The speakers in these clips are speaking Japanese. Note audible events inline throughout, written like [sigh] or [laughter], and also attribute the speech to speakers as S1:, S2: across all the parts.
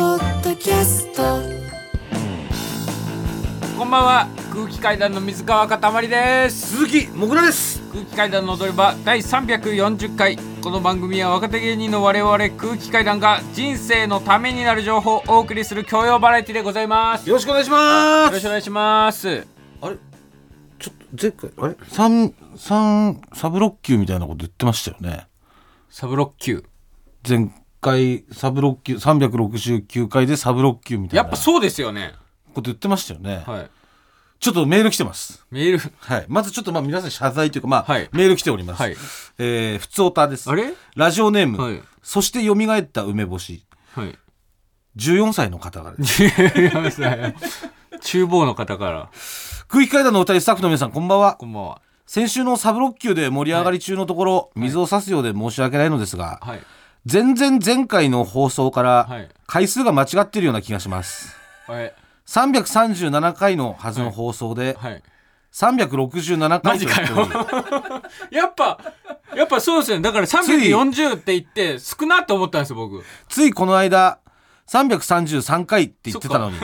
S1: キャスト
S2: こんばんは空気階段の水川かたまりです
S3: 鈴木もぐらです
S2: 空気階段の踊り場第340回この番組は若手芸人の我々空気階段が人生のためになる情報をお送りする教養バラエティでございますよ
S3: よろしくお願いしま
S2: ろし
S3: す
S2: くお願いします
S3: あれちょっと前回あれ
S4: 三三サブロッキューみたいなこと言ってましたよね
S2: サブロッキュー
S4: 前回サブロッキュー369回でサブロッキューみたい
S2: や
S4: な
S2: っぱ
S4: こと
S2: そうですよね
S4: 言ってましたよね、
S2: はい
S4: ちょっとメール来てます
S2: メール
S4: はいまずちょっとまあ皆さん謝罪というかまあ、
S2: はい
S4: メール来ております、
S2: はい
S4: えー、ふつおたです
S2: あれ
S4: ラジオネーム、
S2: はい
S4: そして蘇った梅干し
S2: はい
S4: 14歳の方がです
S2: 厨房の方から
S4: 空気階段のお二人スタッフの皆さんこんばんは
S2: こんばんは
S4: 先週のサブロッキューで盛り上がり中のところ、水を差すようで申し訳ないのですが、
S2: はい
S4: 全然前回の放送か
S2: はい
S4: ら回数が間違ってるような気がします
S2: はい
S4: 337回のはずの放送で
S2: はい
S4: 367
S2: マ
S4: 回
S2: ジ
S4: と
S2: か
S4: 言っており
S2: よやっぱやっぱそうですよねだから340って言って少なって思ったんですよ僕
S4: ついこの間333回って言ってたのに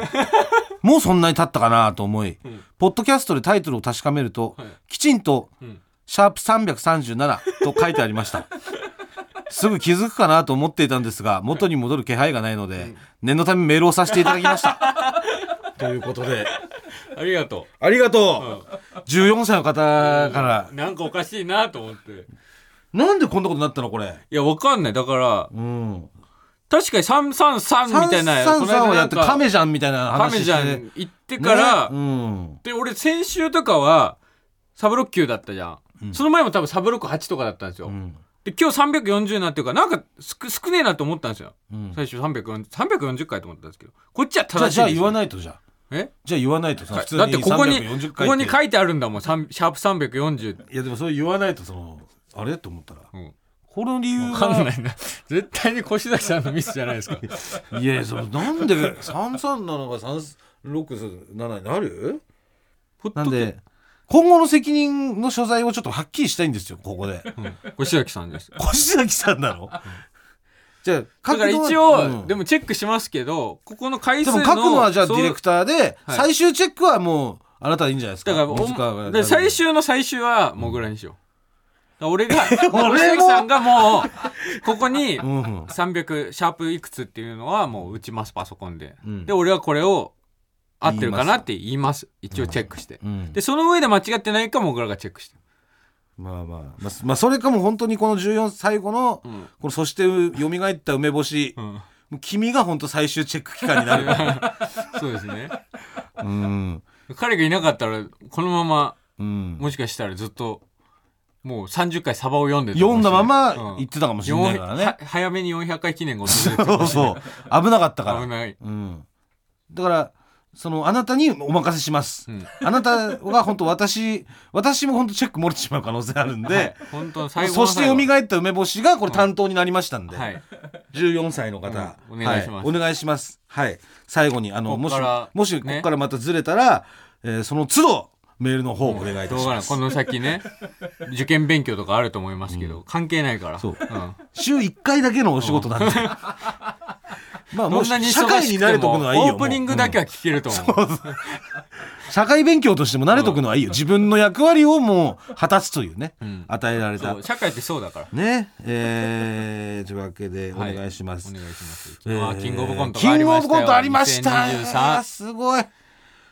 S4: もうそんなに経ったかなと思い、
S2: ん
S4: ポッドキャストでタイトルを確かめると、
S2: はい
S4: きちんと
S2: うん
S4: 「シャープ #337」と書いてありました
S2: [laughs]
S4: すぐ気づくかなと思っていたんですが元に戻る気配がないので、念のためメールをさせていただきました
S2: [laughs]
S3: ということで
S2: ありがと
S3: ありがと
S4: 14歳の方から
S2: うなんかおかしいなと思って
S4: なんでこんなことになったのこれ。
S2: いやわかんないだから
S4: うん。
S2: 確かに333みたいな
S4: 三三三をやって
S2: この間なんか
S4: 亀じゃんみたいな話
S2: 亀
S4: して。
S2: じゃん行ってから、
S4: ねうん。
S2: で俺先週とかはサブロック9だったじゃん、その前も多分サブロック8とかだったんですよ、
S4: うん。
S2: で今日340になってるからなんか少少ねえなと思ったんですよ
S4: うん
S2: 最初340 340回と思ってたんですけどこっちは
S4: じゃあ
S2: 正しい
S4: じゃあ言わ
S2: い
S4: ないとじゃあ。
S2: え
S4: じゃあ言わないとさ普通に
S2: だってここに
S4: 340
S2: こ
S4: 回
S2: こに書
S4: い
S2: いてあるんだもんさんシャープ340って、
S4: いやでもそれ言わないとそのあれと思ったら。
S2: うん、
S4: この理由
S2: わ
S4: が
S2: かんないな絶対に越崎さんのミスじゃないですか
S4: いやそのなんで三三なのが三六七になる？なんで今後の責任の所在をちょっとはっきりしたいんですよここで。
S2: 越崎さんです
S4: 越崎さんなの？じゃあ
S2: だから一
S4: う
S2: 応、
S4: ん
S2: でもチェックしますけどここの回
S4: で
S2: 数の
S4: も書くのはじゃあディレクターで
S2: はい
S4: 最終チェックはもうあなたでいいんじゃないですか
S2: だから
S4: 水川がや
S2: お
S4: る
S2: で最終の最終はもぐらにしよう、だか
S4: [laughs]
S2: ら俺が
S4: も
S2: 俺崎さんがもうここに
S4: うんうん
S2: 300シャープいくつっていうのはもう打ちますパソコンで、
S4: うん
S2: で俺はこれを合ってるかなって言います一応チェックして、
S4: うん
S2: でその上で間違ってないかもぐらがチェックして、
S4: まあまあまあまあそれかも本当にこの14最後の
S2: うん
S4: このそして蘇った梅干し
S2: うん [laughs]
S4: もう君が本当最終チェック期間になるから
S2: そうですね [laughs]
S4: うん
S2: 彼がいなかったらこのまま
S4: うん
S2: もしかしたらずっともう30回サバを読んでたかも
S4: 読
S2: し
S4: んだ
S2: れない
S4: まま言ってたかもしれないから
S2: うん
S4: ね
S2: は早めに400回記念が訪れて
S4: [laughs] そうそう危なかったから
S2: 危ない、
S4: うんだからそのあなたにお任せします
S2: うん
S4: あなたは本当私私も本当チェック漏れてしまう可能性あるん
S2: はい
S4: で
S2: 本当の最後の
S4: そして
S2: 最後
S4: 蘇った梅干しがこれ担当になりましたんで、
S2: はい、
S4: 14歳の方、
S2: うんお願いします
S4: はお願いしますはい最後にあの
S2: こ
S4: も
S2: っ
S4: し
S2: から
S4: もしこ
S2: ね
S4: こからまたずれたら、えーその都度メールの方をお願いいた
S2: し
S4: し
S2: ま
S4: ますす、
S2: この先ね受験勉強とかあると思いますけど、関係ないから
S4: そうん週1回だけのお仕事なん
S2: [laughs]
S4: で、まあも
S2: ど
S4: うん
S2: なに
S4: 社会に慣れとくのはいいよ
S2: オープニングだけ
S4: は、
S2: は聞けると思う,、
S4: うん社会勉強としても慣れとくのはいいよ自分の役割をもう果たすというね、
S2: ん
S4: 与えられ
S2: そ
S4: た
S2: う社会ってそうだから
S4: ねえーというわけでお
S2: は
S4: 願いします、
S2: お願いします、
S4: えー
S2: あキングオブコント
S4: キ
S2: が
S4: ン
S2: あり
S4: グ
S2: ま
S4: オ
S2: し
S4: ブ
S2: たよ
S4: コントありました
S2: 2023
S4: すごい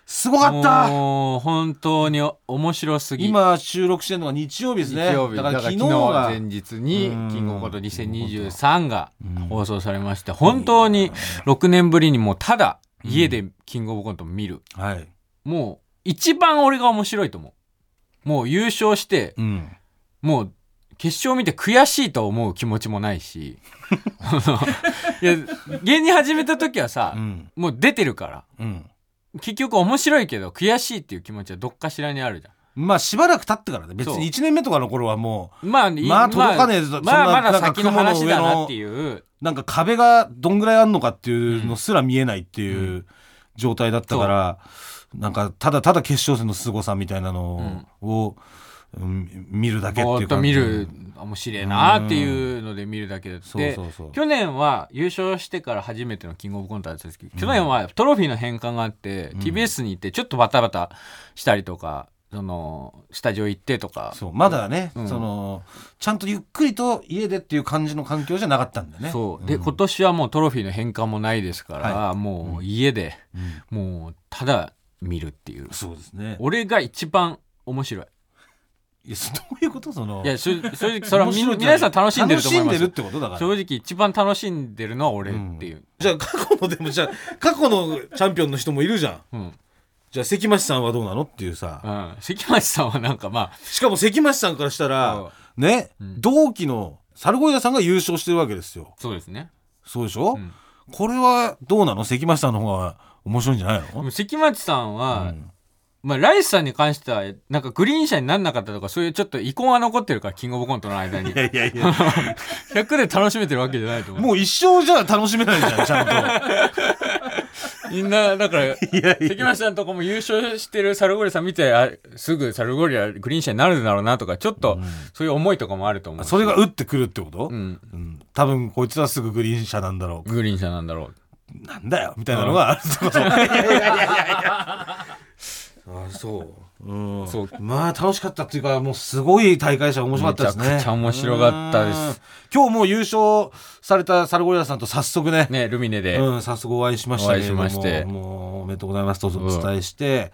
S4: すごかった
S2: もう本当に面白すぎ
S4: 今収録してるのが日曜日です
S2: 日
S4: ね
S2: 曜日
S4: だ
S2: だ
S4: か
S2: からら
S4: 昨
S2: 昨
S4: 日
S2: 日
S4: が
S2: 前日に
S4: うん
S2: 「キングオブコント2023」が放送されまして本当に6年ぶりにもうただ家で「キングオブコント」見る
S4: はい、
S2: もう一番俺が面白いと思うもう優勝して
S4: うん、
S2: もう決勝見て悔しいと思う気持ちもないし [laughs] いや芸人始めた時はさ
S4: うん
S2: もう出てるから
S4: うん
S2: 結局面白いけど悔しいっていう気持ちはどっかしらにあるじゃん
S4: まあしばらく経ってからね別
S2: そう
S4: に1年目とかの頃はも
S2: まあ、い
S4: まあ届かねえ
S2: まあ、
S4: ぞそんな
S2: まあま
S4: な
S2: だ
S4: んか
S2: 先の
S4: 雲の
S2: 話
S4: 上の
S2: だなっていう。
S4: うなんか壁がどんぐらいあんのかっていうのすら見えないっていう状態だったから、なんかただただ決勝戦の凄さみたいなのを、うん見るだけっていう
S2: ぼー
S4: 感じ
S2: っと見る面白いなっていうので見るだけで
S4: そうそうそう
S2: 去年は優勝してから初めてのキングオブコントだったんですけど、去年はトロフィーの返還があって、TBS に行ってちょっとバタバタしたりとかそのスタジオ行ってとか
S4: そうまだね、
S2: うん
S4: そのちゃんとゆっくりと家でっていう感じの環境じゃなかったんだね
S2: そうで、
S4: ん
S2: 今年はもうトロフィーの返還もないですから、
S4: は
S2: もう家で、
S4: うん
S2: もうただ見るっていう
S4: そうですね
S2: 俺が一番面白い
S4: いやそどういうことその
S2: いやしょ正直それはみん
S4: 面白いって
S2: 皆さん楽しんでると思いま
S4: 楽しんでするってことだから
S2: 正直一番楽しんでるのは俺っていう、
S4: じゃあ過去のでもじゃあ過去のチャンピオンの人もいるじゃん
S2: うん、
S4: じゃあ関町さんはどうなのっていうさ
S2: うん、関町さんはなんかま
S4: しかも関町さんからした
S2: うん
S4: らね、
S2: うん
S4: 同期の猿小屋さんが優勝してるわけですよ
S2: あそうですね、
S4: そうでしょ、
S2: うん
S4: これはどうなの関町さんの方が面白いんじゃない
S2: で
S4: の
S2: も、関町さんは、
S4: うん
S2: まあ、ライスさんに関してはなんかグリーン車になんなかったとかそういうちょっと遺恨は残ってるからキングオブコントの間に
S4: [laughs] いやいやいや
S2: 100で楽しめてるわけじゃないと思う
S4: もう一生じゃあ楽しめないじゃんちゃんと
S2: みんなだから
S4: いやい
S2: 関町さんとかも優勝してるサルゴリラさん見てあすぐサルゴリラグリーン車になるだろうなとかちょっとそういう思いとかもあると思う [laughs]
S4: や
S2: し
S4: それが打ってくるってこと、
S2: う
S4: うん
S2: ん
S4: 多分こいつはすぐグリーン車なんだろう
S2: グリーン車なんだろう
S4: なんだよみたいなのがあるって [laughs] こと。いやいやいやいや。あそう。うん。
S2: そう
S4: まあ楽しかったっていうかもうすごい大会でした面白かったですね。
S2: めちゃくちゃ面白かったです
S4: うん。今日もう優勝されたサルゴリラさんと早速ね。
S2: ねルミネで、
S4: うん、早速お会いしましたけれども
S2: お会いしまして
S4: もうおめでとうございますとお
S2: ん
S4: 伝えして、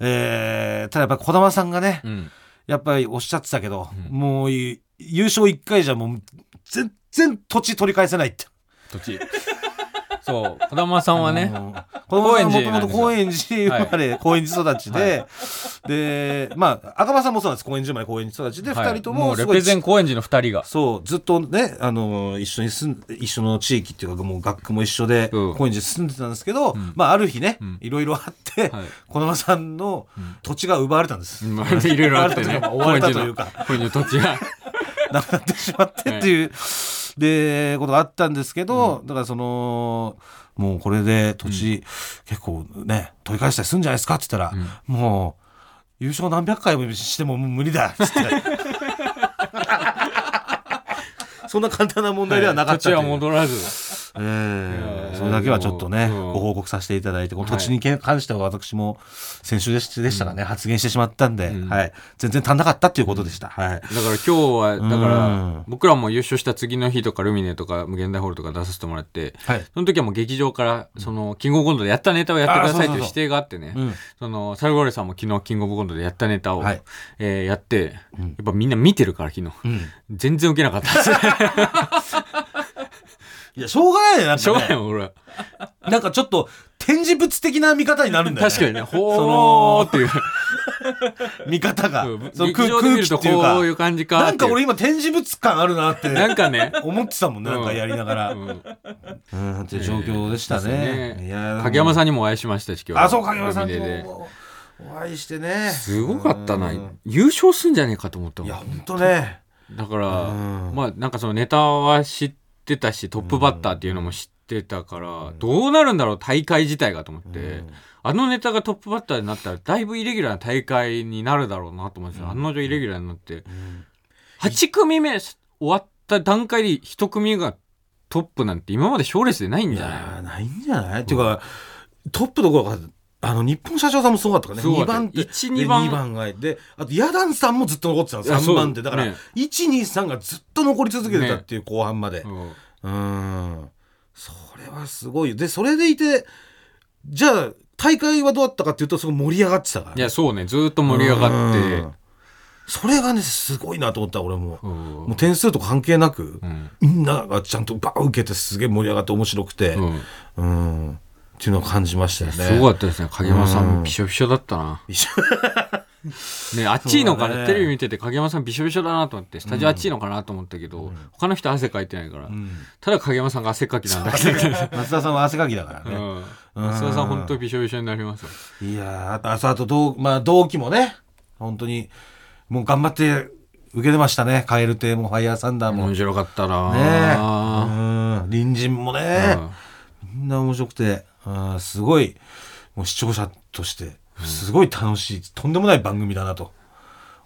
S4: えーただやっぱり児玉さんがね、
S2: うん
S4: やっぱりおっしゃってたけど、もうい優勝1回じゃもう全然土地取り返せないって。
S2: 土地そう児玉さんはね、
S4: このま
S2: 高
S4: まもと
S2: 円寺な
S4: も
S2: んで
S4: と
S2: すよ
S4: 高円寺生まれ、高円寺育ちで、で、まあ、赤羽さんもそうなんです。高円寺生まれ、高円寺育ちで、二、
S2: はい
S4: 人と
S2: も
S4: も
S2: う
S4: す
S2: レ
S4: ごい
S2: ペゼン高円寺の2人が
S4: そう、ずっとね、あの、一緒に住ん、一緒の地域っていうか、もう学区も一緒で、
S2: うん
S4: 高円寺住んでたんですけど、まあ、ある日ね
S2: ん、
S4: いろいろあって、
S2: はい
S4: 小玉さんの土地が奪われたんです。
S2: まあいろいろあってね
S4: [laughs] あるというか追われたというか
S2: 高円寺の高円寺の土地が
S4: なくなってしまってっていう、で、ことがあったんですけど、だからその、もうこれで土地、結構ね、取り返したりするんじゃないですかって言ったら、もう、優勝何百回もしてももう無理だっつって。 [laughs] そんな簡単な問題ではなかった
S2: 土地
S4: という
S2: は戻らず
S4: え
S2: いや
S4: えそれだけはちょっとね、
S2: うん
S4: ご報告させていただいて、この土地に関しては私も先週でしでしたかね、発言してしまったんで、
S2: うん
S4: はい、全然足んなかったっていうことでした。はい。
S2: だから今日はだ
S4: う
S2: から
S4: ん
S2: 僕らも優勝した次の日とかルミネとか無限大ホールとか出させてもらって
S4: はい。
S2: その時はもう劇場からそのキングオブコントでやったネタをやってくださいという
S4: あそうそうそう
S2: 指定があってね
S4: うん
S2: そのサルゴレさんも昨日キングオブコントでやったネタを
S4: はい
S2: えーやってやっぱみんな見てるから昨日
S4: うん
S2: 全然ウケなかったですね
S4: [laughs] いや、しょうがないね、なん
S2: しょうがな
S4: か
S2: い
S4: ね。
S2: もん俺は
S4: なんかちょっと展示物的な見方になるんだよね。
S2: 確かにねほーっていう
S4: 見方が。 [laughs] その
S2: 劇
S4: 空
S2: 場で見
S4: 空
S2: る
S4: 気
S2: と
S4: っていう
S2: こういう
S4: か。
S2: 感じかっ
S4: な
S2: てい
S4: ん
S2: う
S4: か俺今展示物感あるなって
S2: なんかね
S4: 思ってたもんね、なんかやりながら。
S2: う
S4: うんん、っていう状況でした
S2: です
S4: ね。いや
S2: 影山
S4: ん。
S2: さんにもお会いしましたし今日
S4: あ、そう、影山さん
S2: ル
S4: と
S2: ミネで
S4: もお会いしてね。
S2: すごかったな
S4: うん
S2: 優勝すんじゃねえかと思ったも
S4: い
S2: ん
S4: や、ほんとね。
S2: だから
S4: うん
S2: まあなんかそのネタは知ってたしトップバッターっていうのも知ってたからどうなるんだろう大会自体がと思ってあのネタがトップバッターになったらだいぶイレギュラーな大会になるだろうなと思ってた案の定イレギュラーになって8組目終わった段階で1組がトップなんて今まで賞レースでないん
S4: い
S2: じゃない
S4: や、ないんじゃないっていうか、トップどころか、あの、日本社長さんもすごかったから
S2: す
S4: ね。
S2: ごか
S4: 2
S2: った
S4: 番手。
S2: 一二番
S4: で二番がいて、あと、ヤダンさんもずっと残ってたの。
S2: いや
S4: 3番手。
S2: そ
S4: だ
S2: う
S4: から、
S2: ね
S4: 1、2、3がずっと残り続けてたっていう後半まで。
S2: うん
S4: うん。それはすごいよ。で、それでいて、じゃあ、大会はどうだったかっていうと、すごい盛り上がってたからね。
S2: いやそうねずーっと盛り上がって
S4: うん。それがね、すごいなと思った、俺も。
S2: うん
S4: もう点数とか関係なく
S2: う、ん
S4: みんながちゃんとバーン受けてすげえ盛り上がって面白くて、
S2: うん
S4: うん、っていうのを感じましたよね。
S2: すごかったですね影山さ
S4: うんん
S2: びしょびしょだったな
S4: びし
S2: ねあっちいのか
S4: そう
S2: な
S4: だね
S2: テレビ見てて影山さんびしょびしょだなと思ってスタジオあっちいのかなと思ったけど、他の人汗かいてないから、ただ影山さんが汗かきなんだけど
S4: 松田さんは汗かきだから
S2: う
S4: ね。
S2: ん安田さん本当びしょびしょになりますよ
S4: いやー、あと、あと同、まあ、同期もね、本当に、もう頑張って受けてましたね。カエル亭もファイヤーサンダーも。
S2: 面
S4: ね
S2: 白かった
S4: え。
S2: な、
S4: うん。隣人も
S2: ね
S4: ね、みんな面白くて、うんすごい、もう視聴者として、すごい楽しい、とんでもない番組だなと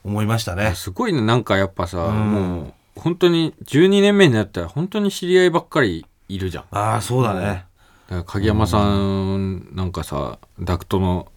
S5: 思いましたね。
S2: すごいねなんかやっぱさ、
S5: うん
S2: もう本当に12年目になったら本当に知り合いばっかりいるじゃんだか
S5: ああ、そうだね。
S2: ら影山さんなんかさダクトの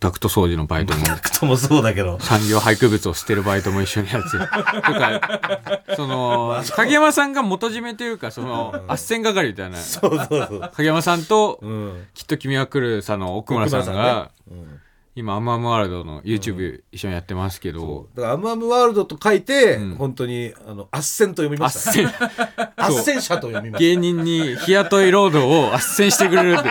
S2: ダクト掃除のバイトも
S5: くともそうだけど。
S2: 産業廃棄物を捨てるバイトも一緒にや
S4: [laughs]
S2: ってるとかその影山さんが元締めというかその斡旋係みたいな
S4: そうそうそう。
S2: 影山さんと
S4: うん。
S2: きっと君は来るさの奥村さん
S4: 奥
S2: が
S4: 村うん
S2: 今アムアムワールドの YouTube 一緒にやってますけど
S4: だからアムアムワールドと書いて、
S2: うん
S4: 本当にあの斡旋と読み
S2: 斡
S4: ました。
S2: 旋
S4: 斡
S2: そう
S4: 旋者と読みまし
S2: 芸人に日雇い労働を斡旋してくれるって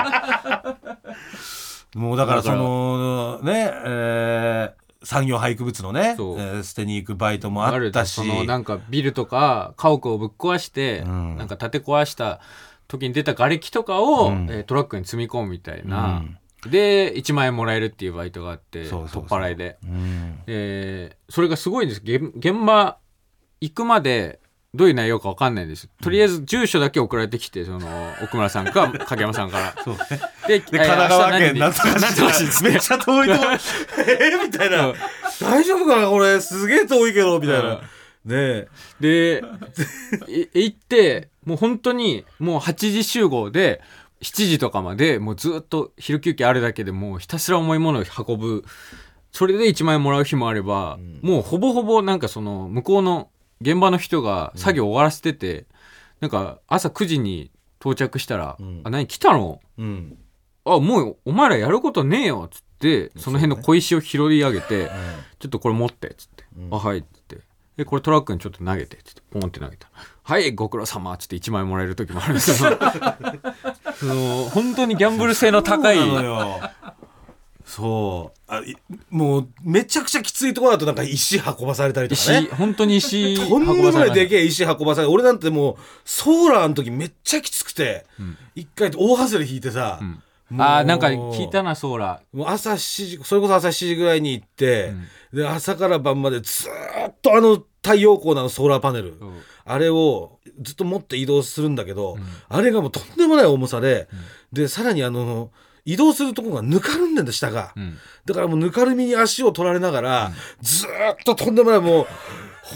S5: もうだから
S2: だ
S5: そ
S2: から
S5: の、ね、えー産業廃棄物のね、え
S2: そう
S5: ー捨てに行くバイトもあったし
S2: そ。のなんかビルとか家屋をぶっ壊して、
S5: うん
S2: なんか建て壊した時に出た瓦礫とかを、
S5: うん
S2: えートラックに積み込むみたいな
S5: う、ん
S2: で1万円もらえるっていうバイトがあって
S5: そうそうそう
S2: 取っ払いで、
S5: うん
S2: えーそれがすごいんです現現場行くまでどういう内容か分かんないんですとりあえず住所だけ送られてきてその奥村さんか影山さんから。
S5: [laughs] そうね
S2: で
S5: で、神奈川県なんとか
S2: なんとか市です
S5: めっちゃ遠い
S4: [laughs]
S5: ところ。えーみたいな。
S4: 大丈夫かなこれすげえ遠いけどみたいな。
S2: うん
S4: ねえ。
S2: で、 [laughs] い行って、もう本当に、もう8時集合で、7時とかまで、もうずっと昼休憩あるだけでもうひたすら重いものを運ぶ。それで1万円もらう日もあれば、
S4: ん
S2: もうほぼほぼなんかその、向こうの現場の人が作業終わらせてて、なんか朝9時に到着したら、
S4: うん
S2: あ、何来たの
S4: うん。
S2: あ、もうお前らやることねえよ、つって、その辺の小石を拾い上げて、ちょっとこれ持って、つって。
S4: うん
S2: あ、はい、っつって。で、これトラックにちょっと投げて、つって、ポンって投げた。はい、ご苦労様、つって1枚もらえる時もあるんですけど。 [laughs] その本当にギャンブル性の高い。
S5: そうなのよ。
S4: そう。
S5: あい
S4: もうめちゃくちゃきついところだとなんか石運ばされたりとか
S2: 石、
S4: ね。
S2: 本当に
S4: [laughs]
S2: 石、
S4: とんでもないで
S2: え。
S4: けえ石運ばされ俺なんてもうソーラーの時めっちゃきつくて
S2: ん
S4: 一、回大外れ引いてさ、
S2: ん
S4: もう
S2: あー、なんか聞いたな、ソーラ
S4: もう朝7時それこそ朝7時ぐらいに行って、で朝から晩までずーっとあの太陽光のあのソーラーパネル、
S2: ー。
S4: あれをずっと持って移動するんだけど、あれがもうとんでもない重さで、でさらにあの移動するとこがぬかるんでんだ下が、
S2: うん。
S4: だからもうぬかるみに足を取られながら、ずーっととんでもないもう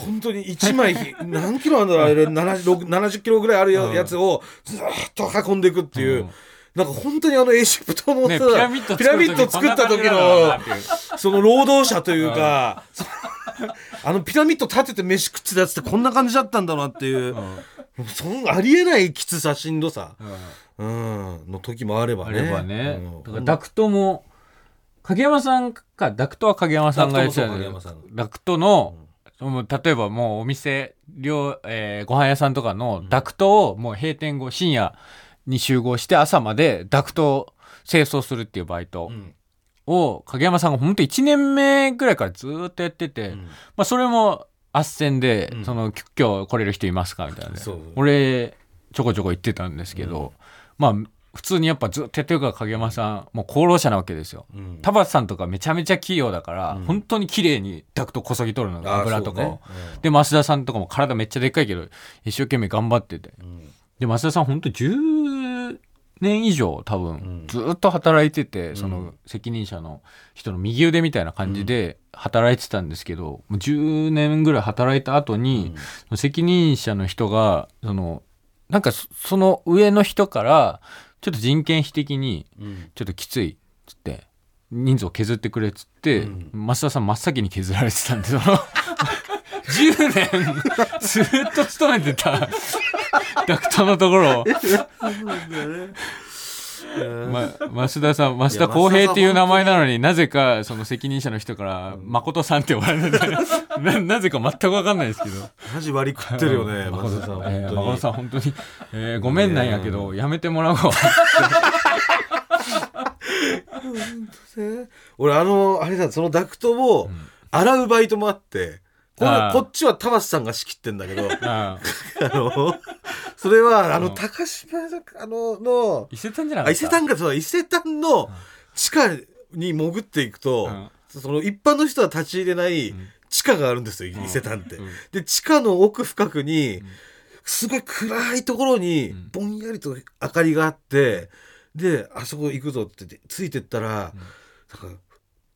S4: 本当に1
S2: [laughs]
S4: 枚ひ何キロあるんだろうあれ70 70キロぐらいあるやつをずーっと運んでいくっていう、
S2: うん
S4: なんか本当にあのエジプトの
S2: ね、
S4: さ
S2: ピラミッド
S4: ピラミッド作った時の
S2: こんな感じなんだなっていう
S4: その労働者というか、その [laughs] あのピラミッド建てて飯食ってたやつってこんな感じだったんだなっていう、そのありえないきつさしんどさ、
S2: うんうん
S4: うん、の時もあれば
S2: あ
S4: ね。
S2: ればね
S4: うん。
S2: だからダクトも、影山さんか、ダクトは影山さんがやってたんだけ
S4: ダクトも
S2: ど
S4: そ
S2: ダクト
S4: う影山さ、
S2: の、もう例えばもうお店、料、えーご飯屋さんとかのダクトをもう閉店後、深夜に集合して朝までダクトを清掃するっていうバイト
S4: うん
S2: を、影山さんが本当1年目ぐらいからずーっとやってて、
S4: うん
S2: まあそれも斡旋で、
S4: うん
S2: そのき今日来れる人いますかみたいな
S4: そう
S2: 俺ちょこちょこ行ってたんですけど、まあ普通にやっぱずっとやってるから影山さんもう功労者なわけですよ
S4: うん
S2: 田畑さんとかめちゃめちゃ器用だから、
S4: うん
S2: 本当に綺麗にダクトこそぎ取るの
S4: あ
S2: 油とかを、
S4: そうね
S2: で増田さんとかも体めっちゃでっかいけど一生懸命頑張ってて
S4: うん
S2: で増田さん本当10年以上多
S4: ん
S2: 分ずっと働いてて、
S4: ん
S2: その責任者の人の右腕みたいな感じで働いてたんですけど、もう10年ぐらい働いた後に、責任者の人がそのなんかそその上の人からちょっと人件費的に
S4: うん
S2: ちょっときついっつって人数を削ってくれっつって、
S4: うん
S2: 増田さん真っ先に削られてたんでその [laughs] 10年ずっと勤めてた [laughs] ダクトのところを、ま、増田さん増田浩平っていう名前なのになぜかその責任者の人から「誠さん」って呼ばれてて [laughs] ななぜか全く分かんないですけど。
S4: マジ割り食ってるよね、松田さん。
S2: えー
S4: 本
S2: 誠さん、本当に、えーごめんなんやけど、やめてもらおう。
S4: 当に。俺、あの、あれだ、そのダクトを洗うバイトもあって、これ
S2: あー
S4: こっちはタバスさんが仕切ってんだけど、あ
S2: ああ
S4: の、それは、あの、
S2: うん
S4: 高島さんあの、の、
S2: 伊勢丹じゃなかった
S4: あ伊勢丹か、そうだ、伊勢丹の地下に潜っていくと、その一般の人は立ち入れない
S2: ん
S4: 地下があるんですよ、伊勢丹って。
S2: うん
S4: で地下の奥深くに、
S2: ん
S4: すごい暗いところに
S2: うん
S4: ぼんやりと明かりがあって、であそこ行くぞって言ってついてったら、なんか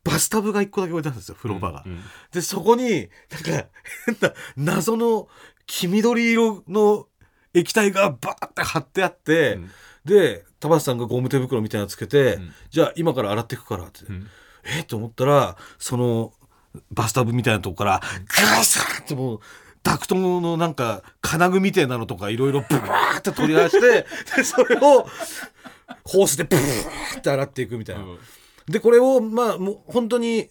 S4: バスタブが一個だけ置いてあるんですよ風呂場が、
S2: うんうん
S4: でそこになんか変な謎の黄緑色の液体がバーって貼ってあって、
S2: うん
S4: で田橋さんがゴム手袋みたいなのつけて、
S2: ん
S4: じゃあ今から洗っていくからって、
S2: ん
S4: えっと思ったらそのバスタブみたいなとこからガサッてもうダクトのなんか金具みたいなのとかいろいろブワーって取り出してでそれをホースでブワーって洗っていくみたいな。でこれをまあもう本当に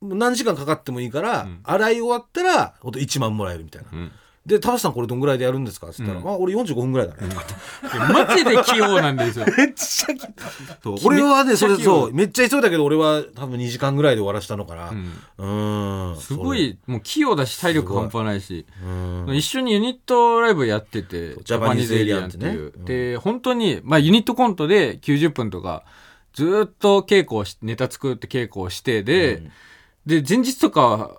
S4: もう何時間かかってもいいから、
S2: ん
S4: 洗い終わったらほんと1万もらえるみたいな。
S2: うん
S4: で「田橋さんこれどんぐらいでやるんですか?」っつったら「
S2: うん
S4: まあ俺45分ぐらいだね」
S2: いやマジで器用なんです [laughs] よ。
S4: めっちゃそう [laughs] 俺はねそれ
S2: めっちゃ器用
S4: そうめっちゃ急いだけど俺は多分2時間ぐらいで終わらしたのかな
S2: う
S4: うんーん
S2: すごい、もう器用だし、体力半端ないし。
S4: それうん
S2: 一緒にユニットライブやってて
S4: そう、
S2: ジャパニーズエリアンって
S4: ジャパニ
S2: い
S4: ーズエ
S2: う
S4: リアンってねうん。
S2: で、本当に、まあユニットコントで90分とか、ずーっと稽古をし、ネタ作って稽古をして、で、で、前日とかは、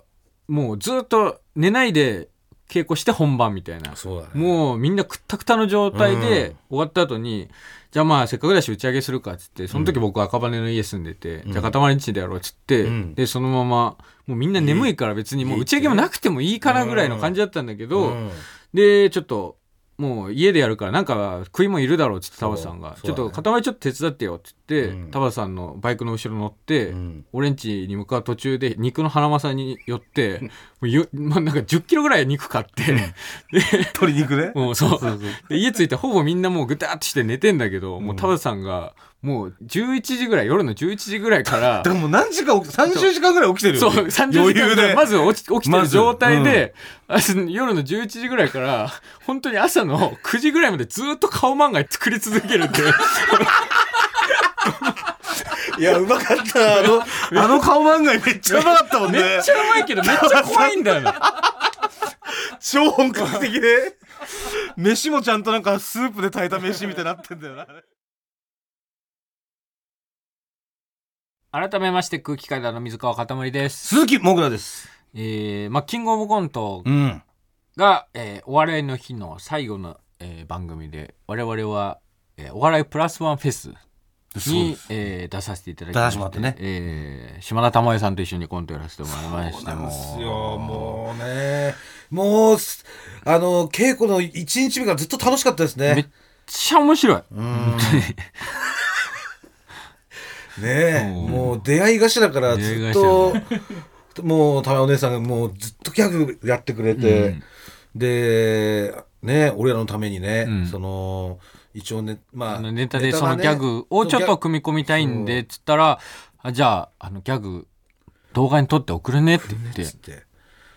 S2: もうずーっと寝ないで稽古して本番みたいな。
S4: そうだね
S2: もうみんなくったくたの状態
S4: う
S2: で終わった後に、じゃあまあせっかくだし打ち上げするかっつって、その時僕赤羽の家住んでて、
S4: ん
S2: じゃあ塊んちでやろうっつって、
S4: うん
S2: で、そのまま、もうみんな眠いから別にもう打ち上げもなくてもいいかなぐらいの感じだったんだけど、
S4: うん
S2: で、ちょっと、もう家でやるからなんか食いもんいるだろうっつって田畑さんが、
S4: そう
S2: ちょっ
S4: そう
S2: と
S4: だね
S2: 塊ちょっと手伝ってよっつって、
S4: うん
S2: 田畑さんのバイクの後ろ乗って、
S4: うん
S2: 俺んちに向かう途中で肉の花正に寄って、もうよまあ、なんか10キロぐらい肉買って、
S4: 鶏肉ね
S2: もうそう。で家着いてほぼみんなもうぐたっとして寝てんだけど、もう田畑さんがもう11時ぐらい、夜の11時ぐらいから
S4: だか、らもう何時間30時間ぐらい起きてる
S2: そ
S4: よ
S2: う、
S4: ね
S2: 30時
S4: 余
S2: 間
S4: 裕
S2: ぐらい
S4: で
S2: まず起き起きて
S4: ま
S2: る
S4: ず
S2: 状態で、あ [laughs] 夜の11時ぐらいから、本当に朝の9時ぐらいまでずっと顔漫画作り続ける [laughs] っていう。
S4: いやうまかったあ
S2: [laughs]
S4: のあの顔漫画めっちゃうまかったもんね
S2: めっちゃうまいけど、めっちゃ怖いんだよな。
S4: 超本格的で飯もちゃんとなんかスープで炊いた飯みたいになってんだよな
S2: [laughs] 改めまして空気階段の水川かたまりです。
S4: 鈴木もぐらです
S2: えー、まあ、キングオブコント
S4: うん
S2: が、えーお笑いの日の最後の、えー番組で我々は、えーお笑いプラスワンフェスに、えー出させていただきまして
S4: 出させてもらって
S2: えー島田珠代さんと一緒にコントやらせてもらいまして
S3: なんすよ
S2: もう
S3: もうねもうすあの稽古の1日目がずっと楽しかったです
S2: めっ
S3: ね
S2: ちゃ面白い
S3: ね
S2: うん
S3: もう出会い頭からずっと
S2: 出
S3: もう玉お姉さんがもうずっとギャグやってくれて、でね俺らのためにね、
S2: うん
S3: その一応ねま
S2: あ
S3: あ
S2: のネタで
S3: タ
S2: そ
S3: が
S2: の
S3: ね
S2: ギャグをちょっと組み込みたいんでっつったらあじゃああのギャグ動画に撮って送るねって言って
S3: つって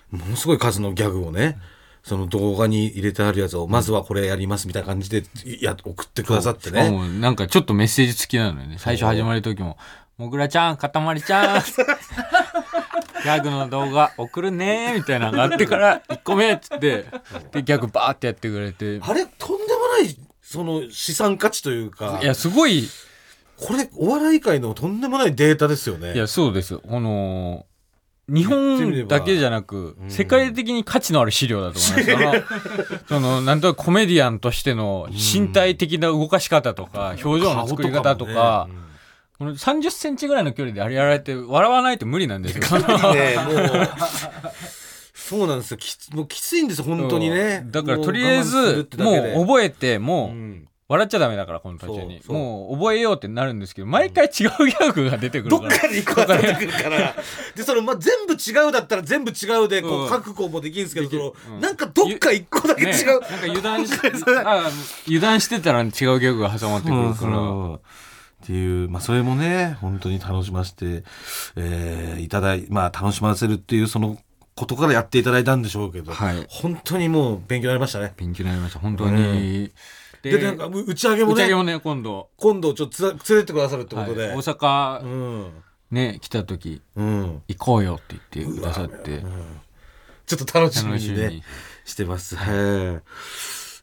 S3: ものすごい数のギャグをねその動画に入れてあるやつをまずはこれやりますみたいな感じでいや送ってくださって
S2: しか
S3: ね
S2: もなんかちょっとメッセージ付きなのよね最初始まる時も「もぐらちゃんかたまりちゃん」ギャグの動画送るねみたいなのがあっ
S3: [laughs]
S2: てから1個目っつってでギャグバーってやってくれて
S3: あれとんでもないその資産価値というか
S2: いやすごいい
S3: これお笑い界のとんでもないデータですよね
S2: やそうですよこの日
S3: 言ってみれ
S2: 本
S3: ば
S2: だけじゃなく、世界的に価値のある資料だと思い
S3: [laughs]
S2: ますから、その、なんとなくコメディアンとしての身体的な動かし方とか、表情の作り方
S3: 顔と
S2: と
S3: か
S2: か
S3: もね、
S2: この30センチぐらいの距離であれやられて、笑わないと無理なん
S3: [laughs]
S2: ですよ。 [laughs]
S3: ねもうそうなんですよきつもうきついんですよ本当にね
S2: だからとりあえず、もう
S3: 覚
S2: 覚えて、も
S3: う
S2: うん笑っちゃダメだから、この途中に。
S3: そうそう
S2: もう覚えようってなるんですけど、毎回違うギャグが出てくる
S3: どっ
S2: から。
S3: かに一個当たってくるからでその、まあ、全部違うだったら全部違うでこう、
S2: うん
S3: 覚悟もできるんですけどその、
S2: うん
S3: なんかどっか一個だけ
S2: ね
S3: 違う、
S2: なんか油
S3: [laughs]
S2: 断しあ油断してたら違うギャグが挟まってくる
S4: そ
S2: か
S4: う
S2: ら。
S4: そうっていう、まあ、それもね本当に楽しませて、えーいただいまあ楽しませるっていうそのことからやっていただいたんでしょうけど、
S2: はい。
S3: 本当にもう勉強になりましたね
S2: 勉強になりました、本当に。で
S3: でなんかう打ち上げも
S2: 打ち上げ
S3: ね
S2: もね、今度、
S3: 今度ちょっとつら連れてってくださるってこ
S2: はい
S3: とで、
S2: 大阪
S3: うん
S2: ね、来た時、
S3: うん
S2: 行こうよって言ってくださって、
S3: ちょっと楽しみ
S2: 楽し
S3: に
S2: み
S3: ね
S2: に。
S4: してます。は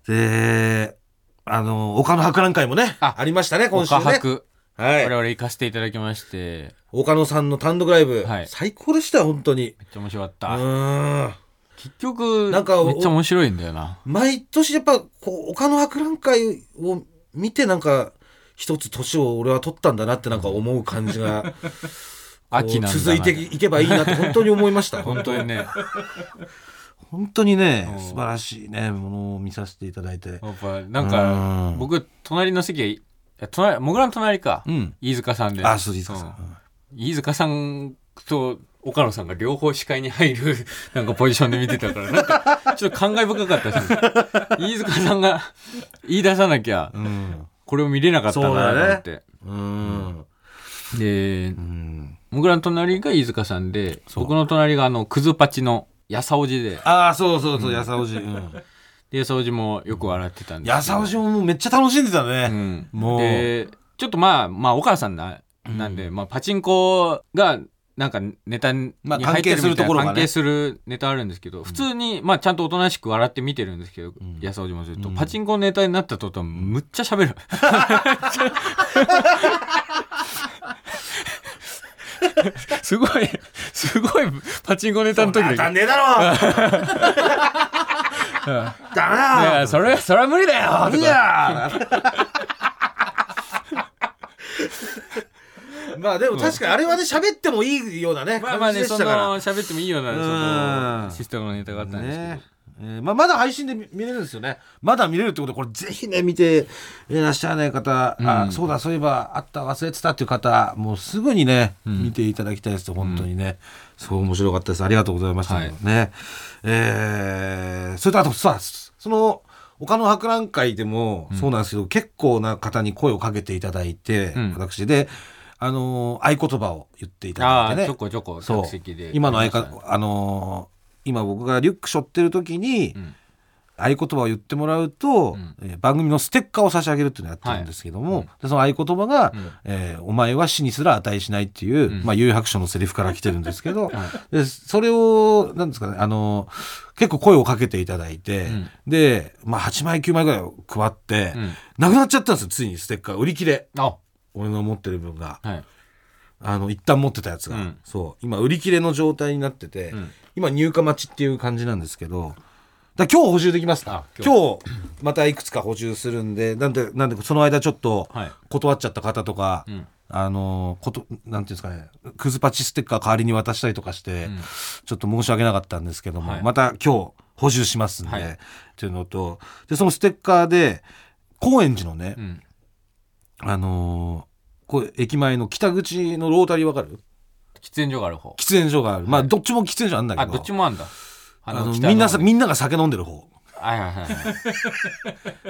S4: いであの丘の博覧会もね
S2: あ
S3: ありましたね今週
S2: 岡
S3: ね
S2: 博、
S3: はい
S2: 我々行かせていただきまして、
S3: 岡野さんの単独ライブ、
S2: はい
S3: 最高でしたよ本当に
S2: めっちゃ面白かっ
S3: う
S2: た。
S3: ーん
S2: 結局、
S3: なんかお
S2: めっちゃ面白いんだよな。
S3: 毎年やっぱこう岡野博覧会を見てなんか一つ年を俺は取ったんだなってなんか思う感じが
S2: [laughs] 秋なんだな
S3: 続いていけばいいなと本当に思いま
S2: [laughs]
S3: した
S2: 本当にね
S4: 本当にね
S2: うん
S4: 素晴らしいねものを見させていただいて
S2: やっぱなんか
S4: うん
S2: 僕隣の席いや隣もぐらの隣か、
S4: うん
S2: 飯塚さんで
S4: あそうですかさん
S2: うん飯塚さんと岡野さんが両方視界に入る [laughs] なんかポジションで見てたからなんかちょっと感慨深かったです飯塚さんが言い出さなきゃ
S4: うん
S2: これを見れなかったなと思って、
S4: うん
S2: で
S4: うん
S2: もぐらの隣が飯塚さんで
S4: そう
S2: 僕の隣があのクズパチのやさおじで
S4: ああそうそうそうやさおじうん
S2: でやさおじもよく笑ってたんですけど
S4: やさおじももうめっちゃ楽しんでた
S2: う
S4: ね
S2: ん、
S4: もう
S2: でちょっとまあまあお母さんななんで、まあ、パチンコがなんかネタに
S4: まあ
S2: 入ってるみたいな
S4: 関係するところがね
S2: 関係するネタあるんですけど普通に、まあ、ちゃんとおとなしく笑って見てるんですけど、
S4: ん
S2: 安尾じもずっと、
S4: うん
S2: パチンコのネタになった途端むっちゃ喋
S4: [laughs]
S2: るすごいすごいパチンコネタの時だけ
S3: 当たんねえだろダメ
S2: い
S3: だ
S2: やそれそれは無理だよと
S3: [laughs]
S2: か
S4: いやー
S3: まあでも確かにあれはね喋ってもいいようなね
S2: まあまあ
S3: 感じ
S2: ね
S3: で
S2: そ
S3: し
S2: の
S3: たから
S2: 喋ってもいいような
S4: う
S2: その
S4: ん
S2: システムのネタがあったんですけど、
S4: ねえーまあ、まだ配信で見見れるんですよねまだ見れるってことでこれぜひね見ていらっしゃらない方、
S2: う
S4: あ
S2: ん
S4: そうだそういえばあった忘れてたっていう方もうすぐにね、見ていただきたいです本当にね、そう面白かったですありがとうございました、
S2: はい
S4: ねえーそれとあとさその他の博覧会でもそうなんですけど、結構な方に声をかけていただいて、
S2: うん
S4: 私であのー合言葉を言っていただ
S2: あ
S4: い
S2: あ
S4: てね
S2: ちょこちょこ
S4: そう
S2: 客席で
S4: 今の相方、あのー今僕がリュック背負ってる時に、
S2: うん
S4: 合言葉を言ってもらうと、
S2: うん
S4: えー番組のステッカーを差し上げるっていうのをやってるんですけども、でその合言葉が、
S2: うん
S4: えーお前は死にすら値しない」っていう、
S2: ん
S4: まあ、有白書のセリフから来てるんですけ
S2: [laughs]
S4: ど、でそれをなんですかね、あのー結構声をかけていただいて、
S2: ん
S4: で、まあ、8枚9枚ぐらいを配って、
S2: うん
S4: なくなっちゃったんですよついにステッカー売り切れ
S2: あ
S4: 俺の持ってる分が。
S2: はい
S4: あの一旦持ってたやつが、
S2: うん
S4: そう今売り切れの状態になってて、
S2: ん
S4: 今入荷待ちっていう感じなんですけどだ今日補充できますか
S2: あ
S4: 今
S2: 今
S4: 日またいくつか補充するんでなんでなんでその間ちょっと
S2: はい
S4: 断っちゃった方とか、
S2: ん
S4: あのことなんていうんですかねクズパチステッカー代わりに渡したりとかして、ちょっと申し訳なかったんですけども、
S2: はい
S4: また今日補充しますんで、
S2: はい
S4: っていうのとでそのステッカーで高円寺のね、
S2: うん
S4: あのーこれ駅前の北口のロータリーわかる
S2: 喫煙所がある方
S4: 喫煙所がある、まあどっちも喫煙所あるんだけど
S2: あどっちもあんだあ
S4: あの
S2: 北
S4: みんなさ
S2: はい
S4: みんなが酒飲んで
S2: [laughs]
S4: る方
S2: はいはい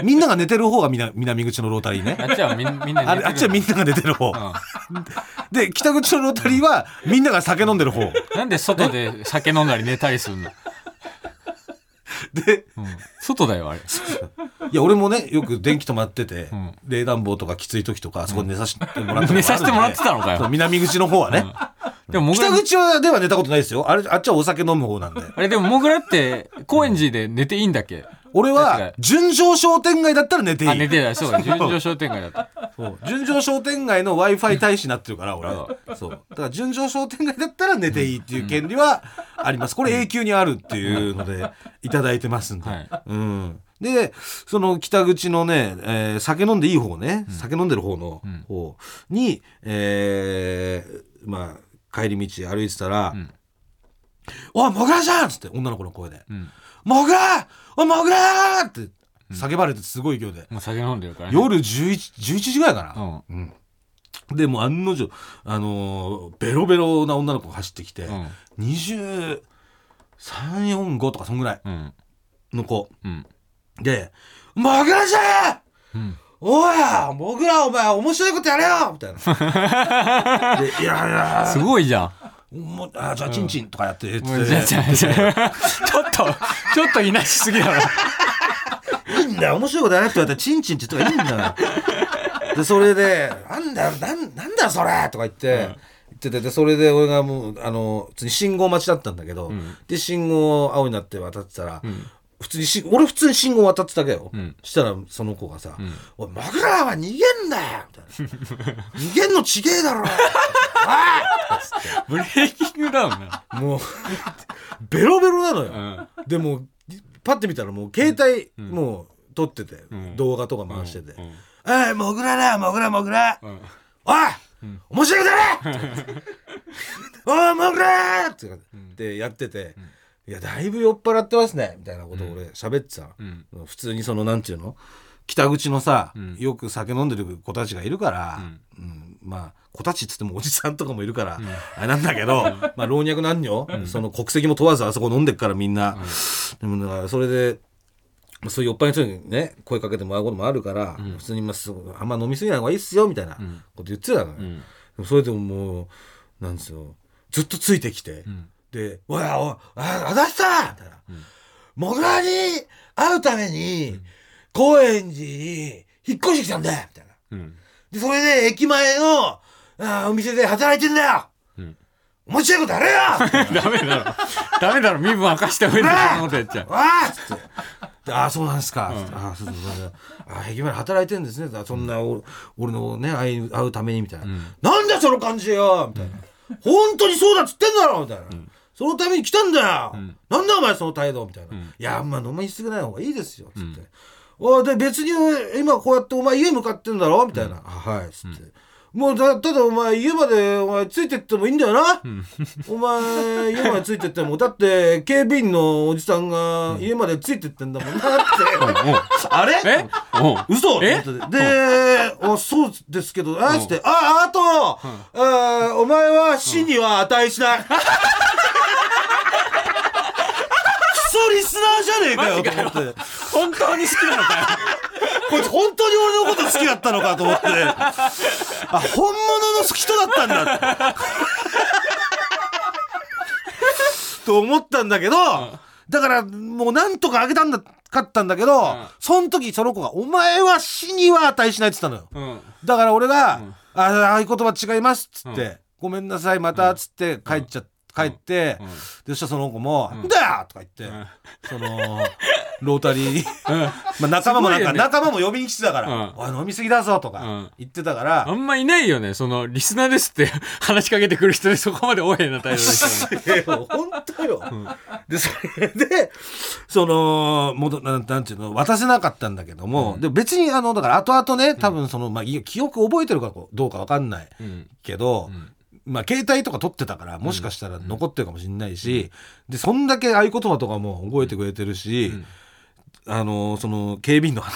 S4: みんなが寝てる方が南南口のロータリーね
S2: あっち [laughs] はみんみんな
S4: あれあっちはみんなが寝てる方、で北口のロータリーはみんなが酒飲んでる方
S2: なんで外で酒飲んだり寝たりす
S4: [laughs]
S2: るの
S4: で
S2: うん外だよあれ
S4: いや俺もねよく電気止まってて、
S2: ん
S4: 冷暖房とかきつい時とかあそこで寝させてもらって
S2: 寝させてもらってたのかよ
S4: 南口の方はね、
S2: でももぐら
S4: 北口はでは寝たことないですよあれあっちはお酒飲む方なんで
S2: あれでももぐらって高円寺で寝ていいんだっけ
S4: 俺
S2: 確かに
S4: は純情商店街だったら寝ていい
S2: あ寝てないそうだ純情商店街だった
S4: そう純情商店街の w i f i 大使になってるから俺はそうだから純情商店街だったら寝ていいっていう権利はありますこれ永久にあるっていうのでいただいてますんで、
S2: はい
S4: うん、でその北口のね、えー酒飲んでいい方ね、酒飲んでる方の方に、えーまあ帰り道歩いてたら「
S2: ん
S4: おいもぐらじゃん!」っつって女の子の声で
S2: うん
S4: 「もぐらおいもぐら!」って叫ばれてすごい勢いで、
S2: もう酒飲んでるからね
S4: 夜11 11時ぐらいかな、
S2: うん
S4: でもう案の定、あのーベロベロな女の子が走ってきて、
S2: うん
S4: 23445とかそんぐらい
S2: うん
S4: の子
S2: うん
S4: で「もぐらじゃ [laughs]
S2: うん
S4: おいもぐらお前面白いことやれよ!」みたいな「でいやいや
S2: [laughs] すごいじゃん
S4: もうあじゃあチンチン」とかやってっ
S2: もう
S4: て
S2: じゃじゃじゃちょっとちょっといなしすぎだろ
S4: いいんだよ面白いことやれって言われたらチンチンって言ったらいいんだよでそれで「なんだよなんなんだよそれ!」とか言って、言っててでそれで俺がもうあの普通に信号待ちだったんだけど、で信号青になって渡ってたら、普通にし俺普通に信号渡ってたけよ、
S2: ん
S4: したらその子がさ「おいマグラは逃げんなよ!」みたいな
S2: [laughs]
S4: 「逃げんのちげえだろ!」おい
S2: ブレーキングダウンな
S4: もうベロベロなのよ、
S2: うん
S4: でもうパッて見たらもう携帯、もう撮ってて、
S2: ん
S4: 動画とか回してて「
S2: うん
S4: おいもぐらだよもぐらもぐら、
S2: うん [laughs]
S4: おい、面白いことやれ
S3: 「おーもらー!」って言ってやってて「いやだいぶ酔っ払ってますね」みたいなことを俺喋ってたの
S2: うん
S3: 普通にそのなんていうの
S4: 北口のさ、
S2: うん
S4: よく酒飲んでる子たちがいるから、うんまあ子たちっつってもおじさんとかもいるから、
S2: ん
S4: あれなんだけど、まあ老若男女、その国籍も問わずあそこ飲んでっからみんな、でもだからそれでまあそういう酔っ払いの人にね声かけてもらうこともあるから、
S2: うん
S4: 普通にまあすごいあんま飲みすぎない方がいいっすよみたいな
S2: うん
S4: こと言ってたのよ、
S2: う
S4: で
S2: ん
S4: もそれでももうなんですよずっとついてきて、
S2: うん
S4: で「おいおいあ足立さん!」みたいな「もぐらに会うために高円寺に引っ越してきたんだよ!」みたいな。
S2: うん
S4: で、それで駅前のあーお店で働いてんだよ
S2: うん
S4: 面白いことあ [laughs] れよ
S2: ダメだろダメだろ身分明かした上でそんなことやっちゃう
S4: わあっつって。でああ、そうなんですか。つってああ、そうそうそう。ああ、駅前で働いてるんですね。だそんな、お俺のね、会い会うために、みたいな。なんだよその感じよみたいな。本当にそうだっつってんだろみたいな。そのために来たんだよ、なんだお前その態度みたいな。いや、まあ飲みすぎない方がいいですよ。つって。おいで、別に今こうやってお前家向かってんだろみたいな。あはい。つって。もうだただお前家までお前ついてってもいいんだよな、お前家までついてってもだって警備員のおじさんが家までついてってんだもんな [laughs] って、あれ
S2: えおう
S4: 嘘
S2: え
S4: と思ってで、あそうですけど、あ、つって、あ、あと、あーお前は死には値しない。クソリスナーじゃねえかよ、と思って。
S2: 本当に好きなのかよ
S4: [laughs] こいつ本当に俺のこと好きだったのかと思って。あ、本物の人だったんだって。
S2: [laughs]
S4: と思ったんだけど、だからもうなんとかあげたんだかったんだけど、その時その子が、お前は死には値しないって言ったのよ。
S2: うん
S4: だから俺が、ああ、合言葉違いますっつって、ごめんなさい、またっつって帰っちゃ、帰って、
S2: うん
S4: で、そしたらその子も、ん、だよとか言って、その、ロータ
S2: [laughs]
S4: リー、
S2: うん
S4: まあ仲間もなん
S2: すごいよ
S4: か、
S2: ね
S4: 仲間も呼びに来てたから、
S2: うん
S4: おい飲みすぎだぞと
S2: う
S4: か
S2: ん
S4: 言ってたから、
S2: あんまいないよね。その、リスナーですって話しかけてくる人でそこまで応援な態度ですよね。
S4: えよ本当よ。で、それで、その、もどなんなんていうの、渡せなかったんだけども、で別に、あの、だから後々ね、多分その、まあ、い記憶覚えてるかどうかわかんない
S2: うん。
S4: けど、まあ、携帯とか取ってたから、もしかしたら残ってるかもしれないし、で、そんだけ合言葉とかも覚えてくれてるし、あの、その、警備員の話、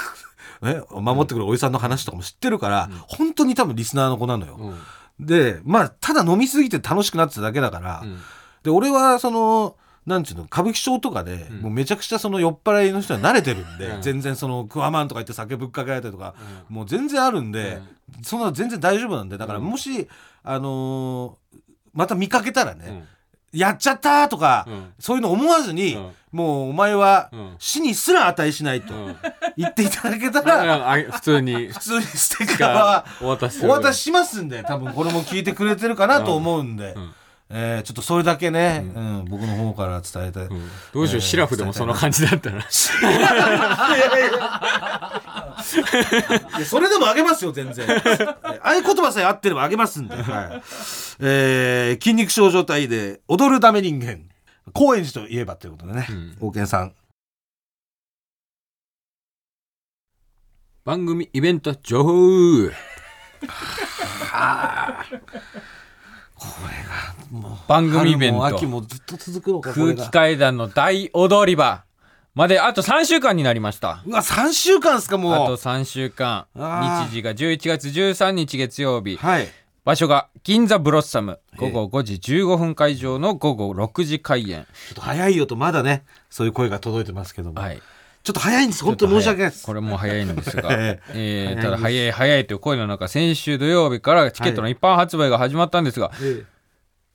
S4: [laughs] ね、守ってくるおじさんの話とかも知ってるから、本当に多分リスナーの子なのよ。
S2: うん。
S4: で、まあ、ただ飲みすぎて楽しくなってただけだから、
S2: ん
S4: で、俺は、その、なんちゅうの、歌舞伎町とかで、もうめちゃくちゃその酔っ払いの人に慣れてるんで、
S2: うん
S4: 全然その、クワマンとか言って酒ぶっかけられたりとか、もう全然あるんで、そんなの全然大丈夫なんで、だからもし、あのーまた見かけたらね、やっちゃったとか、
S2: うん
S4: そういうの思わずに、
S2: うん
S4: もうお前は
S2: うん
S4: 死にすら値しないと
S2: うん。
S4: 言っていただけた、
S2: だ [laughs] かららあ普通に、
S4: 普通にステッカーは
S2: お渡しす
S4: お
S2: る。
S4: 渡ししますんで、多分これも聞いてくれてるかなと思うんで、
S2: ん
S4: えーちょっとそれだけね、うん僕の方から伝えたい。
S2: うんどうしよう、シラフでもその感じだったら。
S4: いやそれでもあげますよ、全然。合言葉さえ合ってればあげますんで。はいえー筋肉症状態で踊るダメ人間。高円寺といえばということでね、大健さん。
S2: 番組イベント情報
S4: もう
S2: 番組イベント
S4: 春も秋もずっと続くのか、これ
S2: 空
S4: が
S2: 気階段の大踊り場まであと3週間になりました。
S4: うわ、3週間っすか、
S2: あ
S4: も
S2: と
S4: う。
S2: 3週間。
S4: あー
S2: 日時が11月13日月曜日。
S4: はい。
S2: 場所が銀座ブロッサム。午後5時15分会場の午後6時開演。
S4: ちょっと早いよと、まだね、そういう声が届いてますけども。
S2: はい。
S4: ちょっと早いんです、本当に申し訳ないです。
S2: これもう早いんです
S4: [laughs]
S2: が、
S4: え
S2: え
S4: 早い
S2: ー、
S4: んです
S2: ただ早い早いという声の中、先週土曜日からチケットの一般発売が始まったんですが、
S4: ええ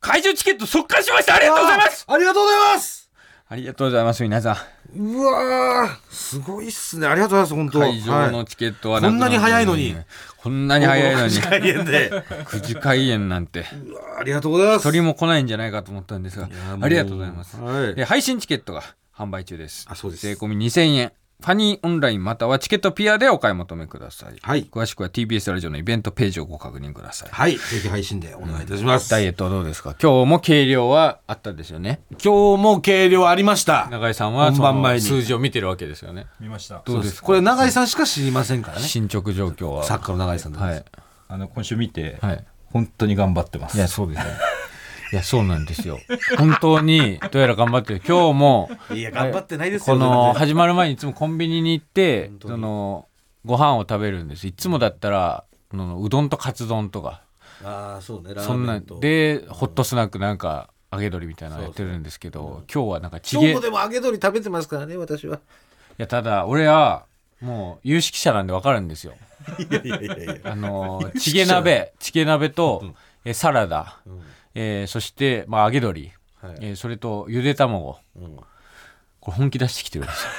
S2: 会場チケット即完しましたありがとうございます
S4: ありがとうございます
S2: ありがとうございます、皆さん。
S4: うわーすごいっすねありがとうございます本当
S2: 会場の
S4: はい
S2: チケットは
S4: こんなに早いのに。
S2: こんなに早いのに
S4: 午後。8時開演で
S2: 9時開演なん
S4: [laughs]
S2: て。
S4: うわーありがとうございます
S2: 鳥も来ないんじゃないかと思ったんですが
S4: や、もう
S2: ありがとうございます。
S4: はい
S2: で配信チケットが販売中です。
S4: あそうです
S2: 税込み2000円。ファニーオンラインまたはチケットピアでお買い求めください。
S4: はい
S2: 詳しくは TBS ラジオのイベントページをご確認ください。
S4: はいぜひ配信でお願いいたします、
S2: ダイエットはどうですか今日も計量はあったんですよね。
S4: 今日も計量ありました
S2: 永井さんは
S4: 本
S2: そ
S4: 番前
S2: の
S4: に
S2: 数字を見てるわけですよね。
S1: 見ました
S2: どうですか
S4: これ永井さんしか知りませんからね
S2: 進捗状況は。
S4: 作家の永井さんでござ
S2: はい
S4: ま
S2: い
S4: す。
S1: あの今週見て、
S2: はい。
S1: 本当に頑張ってま
S2: [laughs]
S1: す
S2: いや、そうですよ。いや、そうなんですよ。本当に、どうやら頑張ってる。今日も、
S4: いや頑張ってないです
S2: こ
S4: よ
S2: の、
S4: 全然
S2: 始まる前にいつもコンビニに行って
S4: 本、当に
S2: その、ご飯を食べるんです。いつもだったら、あのうどんとカツ丼とか、
S4: ああそうねラ
S2: そ
S4: ー
S2: ん
S4: メ
S2: なん
S4: ンと
S2: で、ホットスナックなんか、揚げ鶏みたいなのやってるんですけど、今日はなんかち
S4: 今日
S2: げ、い
S4: もでも揚げ鶏食べてますからね私は
S2: や、ただ、俺は、もう、有識者なんでわかるんですよ。
S4: いやいやいやいや [laughs]
S2: あのー、チゲ鍋、チゲ鍋と、えーサラダ、
S4: ん
S2: えーそして、まあ、揚げ鶏、
S4: はい
S2: えーそれと、ゆで卵。
S4: うん
S2: これ本気出してきてるんですよ。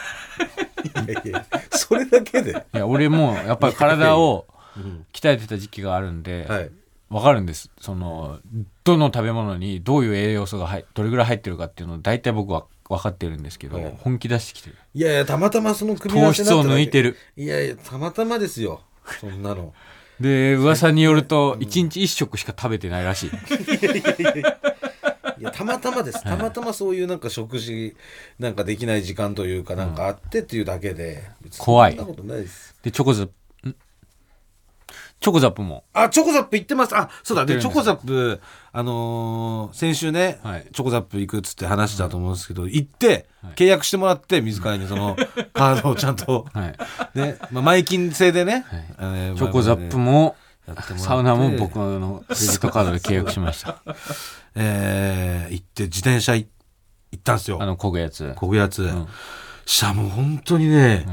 S4: いやいやそれだけで
S2: いや、俺も、やっぱり体を鍛えてた時期があるんで、
S4: はい
S2: わかるんです。その、どの食べ物にどういう栄養素が入っどれぐらい入ってるかっていうのを大体僕は分かってるんですけど、
S4: はい
S2: 本気出してきてる。
S4: いやいやたまたまその組み合
S2: 糖
S4: わせに
S2: 質
S4: なっ
S2: を
S4: ただ
S2: 抜
S4: け
S2: いてる。
S4: いやいやたまたまですよそんなの
S2: で、噂によると、1日1食しか食べてないらしい。
S4: いやたまたまですたまたまそういうなんか食事なんかできない時間というかなんかあってっていうだけで別に
S2: 怖い
S4: そんなことないです
S2: で、チョコザップ、んチョコザップも、
S4: あチョコザップ行ってますあそうだ
S2: 行
S4: で
S2: って
S4: チ
S2: るん
S4: ョ
S2: で
S4: コ
S2: す
S4: ザップあのー先週ね、
S2: はい
S4: チョコザップ行くっつって話したと思うんですけど、行って契約してもらって水川に
S2: [laughs]
S4: そのカードをちゃんと、 [laughs]
S2: はい。
S4: ねまあ、前金制でね、
S2: はい
S4: あのー
S2: チョコザップ
S4: まあ
S2: も、
S4: やってもらって
S2: サウナも僕のクレジットカードで契約しま
S4: [laughs]
S2: した。
S4: えー行って自転車い行ったんですよ
S2: あの、こぐやつ。
S4: こぐやつ、
S2: ん
S4: したらもう本当にね、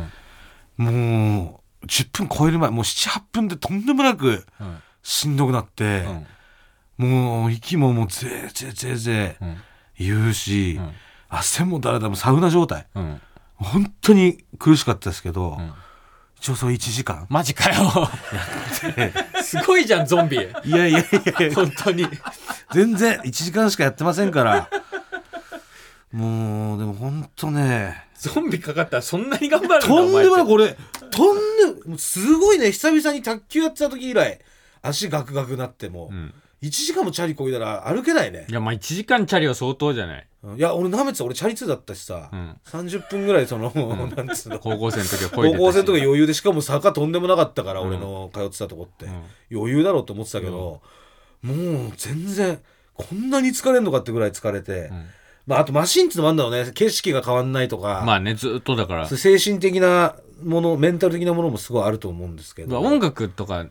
S4: もう10分超える前もう78分でとんでもなく
S2: うん
S4: しんどくなって、もう息ももうぜーぜーぜーぜ
S2: うん。
S4: ー言うし、
S2: うん
S4: 汗もだらだらもうサウナ状態
S2: うん。
S4: 本当に苦しかったですけど、
S2: うん。
S4: 一応その1時間
S2: マジかよ。 [laughs] すごいじゃん、ゾンビ。
S4: いやいやいやいや
S2: 本当に。
S4: 全然1時間しかやってませんからもうでも本当ね
S2: ゾンビかかったらそんなに頑張るんだ
S4: とんでもな
S2: お
S4: いこれとんでもうすごいね久々に卓球やってた時以来足ガクガクなってもう、
S2: 前って
S4: 1時間もチャリこいだら歩けないね
S2: いや、まあ1時間チャリは相当じゃない。
S4: いや俺なめてた俺チャリ通だったしさ、
S2: うん
S4: 30分ぐらいその、 [laughs] なんつうの
S2: 高校生の時は超えて
S4: 高
S2: たし
S4: 校生とか余裕でしかも坂とんでもなかったから、
S2: うん
S4: 俺の通ってたとこって、
S2: うん
S4: 余裕だろうと思ってたけど、もう全然こんなに疲れんのかってぐらい疲れて、
S2: うん
S4: まああとマシンってのもあんだろうね景色が変わんないとか、
S2: まあね、ずっとだから。
S4: そう精神的なものメンタル的なものもすごいあると思うんですけど
S2: 音楽とか、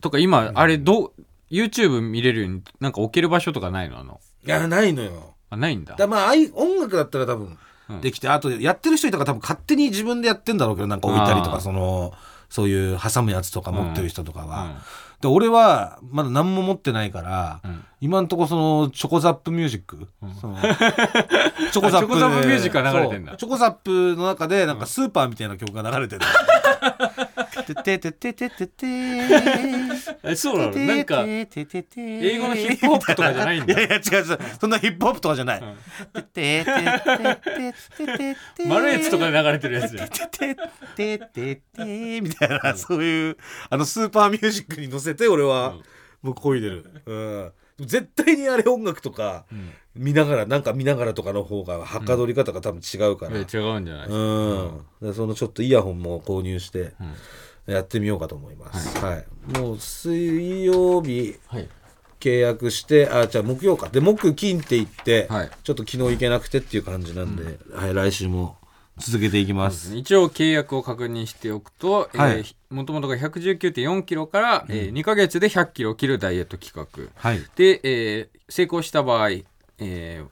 S2: とか今、あれ、どう、YouTube 見れるように、なんか置ける場所とかないのあの。
S4: いやないのよ
S2: あ、ないんだ。
S4: だまあああいう音楽だったら多分
S2: うん
S4: できて、あとやってる人いたから多分勝手に自分でやってんだろうけどなんか置いたりと
S2: あ
S4: か
S2: ー
S4: そのそういう挟むやつとか持ってる人とかは、
S2: うん
S4: で俺はまだ何も持ってないから、
S2: うん
S4: 今んとこそのチョコザップミュージック、そのチョ
S2: [laughs] あチョコザップミュージックが流れてんだ
S4: そうチョコザップの中でなんかスーパーみたいな曲が流れてる、ててててててて
S2: えそうなのなんか、英
S4: 英
S2: 語のヒップホップとかじゃ [laughs] ないんだ
S4: いやいや違う違うそんなヒップホップとかじゃない、てててててて
S2: マルエツとかで流れてるやつじゃん。
S4: ててててみたいな、そういうあのスーパーミュージックに乗せて俺はもうこいでる、うん、絶対にあれ音楽とか
S2: うん
S4: 見ながらなんか見ながらとかの方がはかどり方が多分違うから、
S2: いや違うんじゃないですか
S4: うん、だからそのちょっとイヤホンも購入してやってみようかと思います、はいもう水曜日
S2: はい。
S4: 契約してあじゃあ木曜かで木金って言って、
S2: はい
S4: ちょっと昨日行けなくてっていう感じなんで、はい、来週も続けていきます、
S2: 一応契約を確認しておくと、
S4: はい
S2: えーもともとが119.4キロから、えー2ヶ月で100キロを切るダイエット企画。
S4: はい
S2: で、えー成功した場合、えー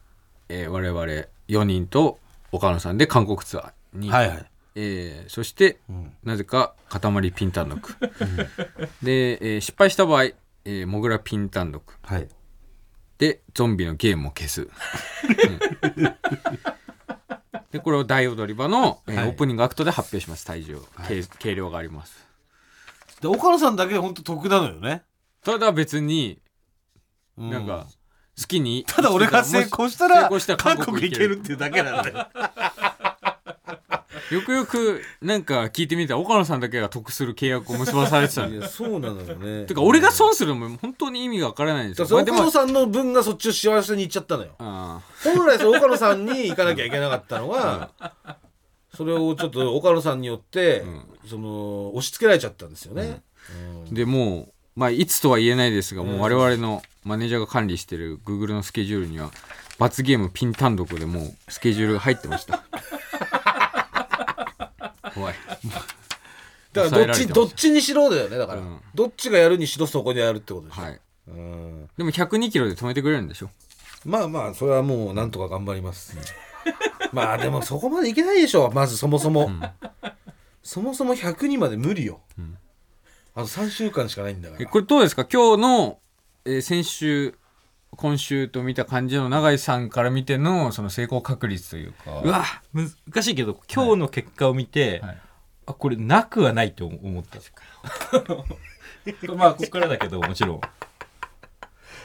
S2: えー我々4人と岡野さんで韓国ツアーに、
S4: はいはい
S2: えーそして、なぜか塊ピン単独。で、えー失敗した場合、えーモグラピン単独。
S4: はい
S2: でゾンビのゲームを消す、うんでこれを大踊り場の、えーオープニングアクトで発表します体重を、計計量があります
S4: で岡野さんだけ本当得なのよね、
S2: ただ別に
S4: う
S2: なんか好き [laughs] に、
S4: ただ俺が成功したら
S2: 成功したら
S4: 韓
S2: 韓
S4: 国
S2: 国
S4: 行
S2: 行
S4: け
S2: け
S4: る
S2: る
S4: っていうだけなんだよ
S2: よくよくなんか聞いてみたら岡野さんだけが得する契約を結ばされてたの
S4: いやそうなのよ
S2: [laughs]
S4: ね
S2: てか俺が損するのも本当に意味がわからないんです
S4: だ
S2: よ
S4: から
S2: まあ
S4: 岡
S2: で
S4: 野
S2: も
S4: さんの分がそっちを幸せに行っちゃったのよ
S2: あー
S4: 本来その岡野さんに行かなきゃいけなかったのがそれをちょっと岡野さんによって、その押し付けられちゃったんですよね、
S2: でもう、まあ、いつとは言えないですがもう我々のマネージャーが管理してる Google のスケジュールには罰ゲームピン単独でもうスケジュールが入ってました [laughs] 怖い
S3: だからどっち
S2: 抑えられてます
S3: どっちにしろだよねだから、
S2: うん
S3: どっちがやるにしろそこにやるってことでしょ、
S2: はい
S3: うん
S2: でも102キロで止めてくれるんでしょ
S3: まあまあそれはもうなんとか頑張ります、 [laughs] まあでもそこまでいけないでしょまずそもそも、そもそも100人まで無理よ、
S2: ん
S3: あと3週間しかないんだか
S2: え
S3: ら
S2: これどうですか今日の、えー先週今週と見た感じの永井さんから見てのその成功確率というか
S1: うわ難しいけど今日の結果を見て、
S2: はい
S1: あこれなくはないと思ったまあここからだけどもちろん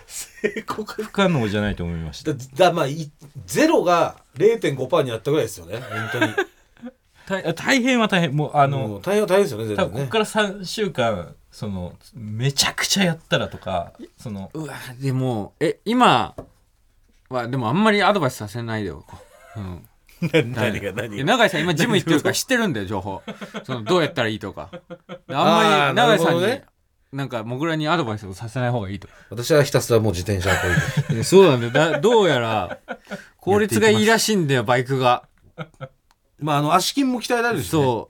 S3: 成功
S1: 不可能じゃないと思いました
S3: だだまあいゼロが0.5%になったぐらいですよね本当に
S1: 大あ大変は大変もうあ
S3: あ
S1: の、
S3: 大変は大変ですよね全
S1: 多
S3: 然
S1: 分こ
S3: ね
S1: こから3週間そのめちゃくちゃやったらとかその
S2: うわでもえ今はでもあんまりアドバイスさせないでおこう、うん、
S3: 何が何
S2: え永井さん今ジム行ってるから知ってるんだよ情報そのどうやったらいいと [laughs] かであんまり
S3: あー
S2: 永井さん
S3: なるほ
S2: に
S3: ど
S2: な,、
S3: ね
S2: んかもぐらにアドバイスをさせない方がいいと
S3: 私はひたすらもう自転車をこいで
S2: [laughs] そうなんだだど [laughs] うやら効率がいいらしいんだよバイクが
S4: まああの足筋も鍛えられるし、ね、
S2: そ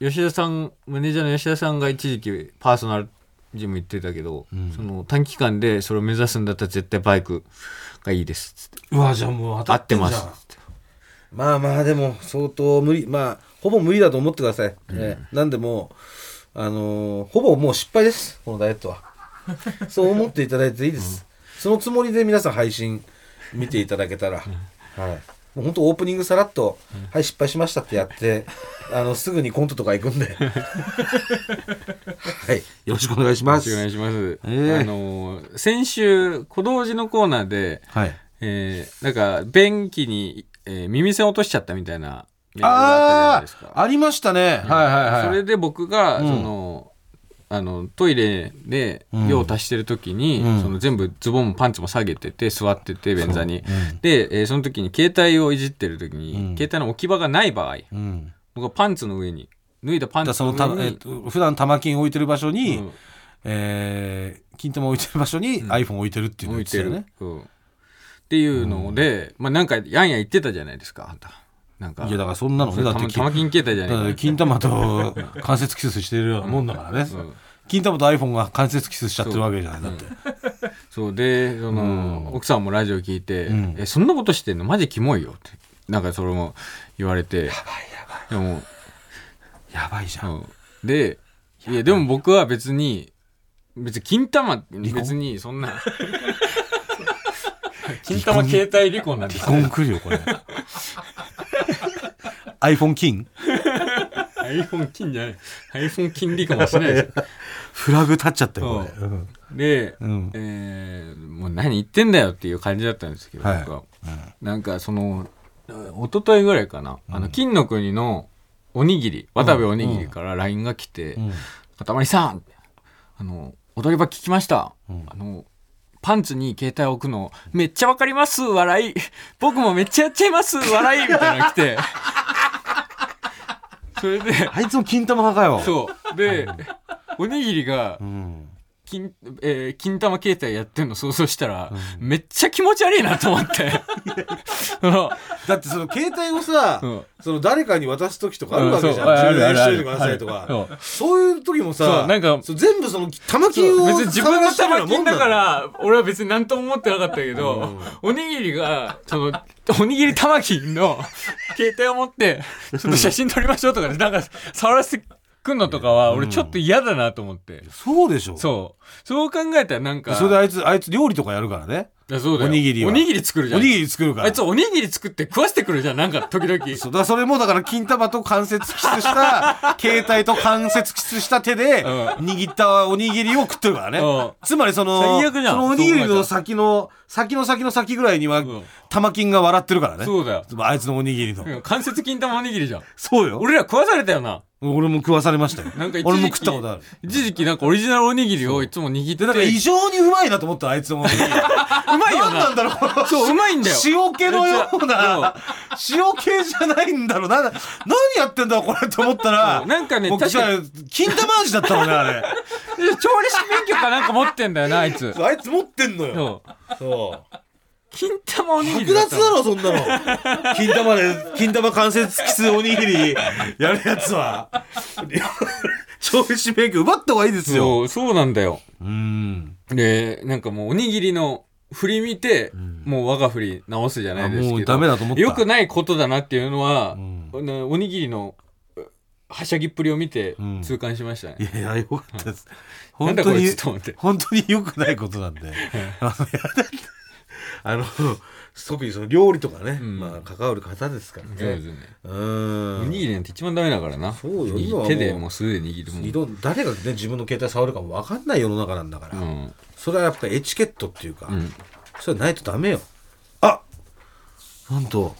S2: う、吉田さんマネージャーの吉田さんが一時期パーソナルジム行ってたけど、その短期間でそれを目指すんだったら絶対バイクがいいですっつって
S4: うわじゃあもう当た
S2: 合
S4: っ
S2: ってて
S4: んじ
S2: ま
S4: ゃん
S2: すっつって
S3: まあまあでも相当無理まあほぼ無理だと思ってください、ええなんでもうあのーほぼもう失敗ですこのダイエット [laughs] はそう思っていただいていいです、そのつもりで皆さん配信見ていただけたら、はいもう本当オープニングさらっと「はい失敗しました」ってやってあのすぐにコントとか行くんで [laughs] はいよろしくお願いし
S2: よ
S3: ま
S2: ろしくお願
S3: す
S2: いします。
S4: ええ
S2: あのー先週小道寺のコーナーで、
S4: はい
S2: えーなんか便器に、えー耳栓落としちゃったみたいなメールがあったじゃない
S4: あ
S2: です
S4: あ
S2: か。
S4: ありましたね、はいはいはい
S2: それで僕が、
S4: うん
S2: そのあのトイレで
S4: うん
S2: 用を足してる時に、
S4: うん
S2: その全部ズボンもパンツも下げてて座ってて便座に
S4: う。
S2: で、えーその時に携帯をいじってる時に、
S4: うん
S2: 携帯の置き場がない場合
S4: ん、うん、だ
S2: 僕はパンツの上に脱いだパ
S4: か
S2: ン
S4: ら
S2: ツ
S4: そ
S2: の
S4: のた、
S2: 上
S4: えっ
S2: に、
S4: と普段玉金置いてる場所に、
S2: うん
S4: えー、金玉置いてる場所に iPhone 置いてるっていうのを
S2: 置い
S4: 言って
S2: て
S4: たよ
S2: る、
S4: ね、
S2: うんっていうので、まあなんかやんや言ってたじゃないですかあんたなんか
S4: いやだからそんなのねだって
S2: 玉玉金携帯じゃ
S4: だか
S2: な
S4: ら
S2: いか
S4: 金玉と関節キスしてるようなもんだからね、
S2: うん
S4: 金玉と iPhone が関節キスしちゃってるわけじゃないだって、
S2: そうでその、奥さんもラジオ聞いて「
S4: うん
S2: えそんなことしてんのマジキモいよ」ってなんかそれも言われてやばいやばいでも
S4: やばいじゃん、
S2: うんでいやでも僕は別に別に金玉別にそんな [laughs] 金玉携帯離婚なんです
S4: 離婚来る
S1: [laughs]
S4: よこれ iPhone 金
S2: iPhone 金じゃない iPhone 金離婚はしないですよ
S4: フラグ立っちゃったよこれ、
S2: う
S4: うん
S2: で、
S4: うん
S2: えーもう何言ってんだよっていう感じだったんですけど、
S4: はい
S2: 僕はなんかそのえー一昨日ぐらいかな、あの金の国のおにぎり渡部おにぎりから LINE が来て
S4: うん
S2: 「かたまりさんあの踊り場聞きました、
S4: ん
S2: あのパンツに携帯置くのめっちゃわかります笑い僕もめっちゃやっちゃいます笑い」みたいなの来
S4: [laughs]
S2: てそれで
S4: あいつも金玉派かよ
S2: そうでおにぎりが
S4: う、ん、
S2: 金えー金玉携帯やってんの想像したら、めっちゃ気持ち悪いなと思って
S4: [laughs]
S2: その
S4: だってその携帯をさ、
S2: うん
S4: その誰かに渡す時とかあるわけじゃん、
S2: うんそうあ
S4: 充
S2: るあ
S4: 電
S2: る
S4: し
S2: あ
S4: と
S2: る
S4: いてくださいとか、
S2: そう
S4: そういう時も
S2: そ
S4: さ
S2: うなんか
S4: そう全部その玉
S2: 別
S4: 金を
S2: に自分の玉金だか
S4: 探してるようなもんなの
S2: ら俺は別に何とも思ってなかったけど、おにぎりがそのおにぎり玉金の携帯を持ってちょっと写真撮りましょうとか
S4: [laughs]
S2: でなんか触らせてくんのとかは俺ちょっと嫌だなと思って、
S4: そうでしょ
S2: そうそう考えたらなんか
S4: それであいつあいつ料理とかやるからね
S2: いやそうだよ
S4: おにぎりは
S2: おにぎり作るじゃ
S4: お
S2: ん
S4: にぎり作るから
S2: あいつおにぎり作って食わせてくるじゃんなんか時々
S4: そうだからそれもだから金玉と関節キスした
S2: [laughs]
S4: 携帯と関節キスした手で
S2: ん
S4: 握ったおにぎりを食ってるからね、
S2: うん
S4: つまりその
S2: 最悪じゃん
S4: そのおにぎりの先の先の先の先ぐらいには、
S2: ん
S4: 玉金が笑ってるからね
S2: そうだよ
S4: あいつのおにぎりの、
S2: うん関節金玉おにぎりじゃん。
S4: そうよ
S2: 俺ら食わされたよな。
S4: 俺も食わされましたよ
S2: なんか一時期
S4: 俺も食ったことある
S2: 一時期なんかオリジナルおにぎりをいつも握って [laughs]
S4: でなんか異常にうまいなと思ったあいつのおにぎりう
S2: まいよな
S4: なんだろうこの
S2: そううまいんだよ
S4: 塩気のような塩気じゃないんだろうな何やってんだろうこれと思ったら
S2: そうなんかね
S4: もう
S2: 確か
S4: 金玉味だったもんねあれ
S2: 調理師免許かなんか持ってんだよなあいつ
S3: そう [laughs] あいつ持ってんのよ
S2: そう
S3: そう
S2: 金玉おにぎり
S3: 剥奪だ
S2: ったの
S3: ろそんなの金玉で金玉関節キスおにぎりやるやつは
S4: [laughs] 調理師免許奪った方がいいですよ
S2: そうそうなんだよ
S4: うん
S2: でなんかもうおにぎりの振り見て、もう我が振り直すじゃな
S4: あ
S2: いですけど
S4: もうダメだと思った
S2: よくないことだなっていうのは、
S4: ん
S2: ねおにぎりのうはしゃぎっぷりを見て
S4: ん
S2: 痛感しましたね、
S4: いやいやよかったです
S2: な
S4: 本
S2: んだ
S4: 当
S2: こい
S4: に
S2: つと思って
S4: 本当に良くないことなんで
S3: [laughs] あの特にその料理とかね、
S2: ん
S3: まあ、関わる方ですから
S2: そうです
S3: ね
S2: ね
S3: う
S2: お
S3: ん
S2: にぎりなんて一番ダメだからな
S3: そうよ今はもう
S2: 手でもう素で握るもん
S3: いろん誰がね自分の携帯触るかも分かんない世の中なんだから、
S2: うん
S3: それはやっぱエチケットっていうか、
S2: ん
S3: それないとダメよあ
S4: なんと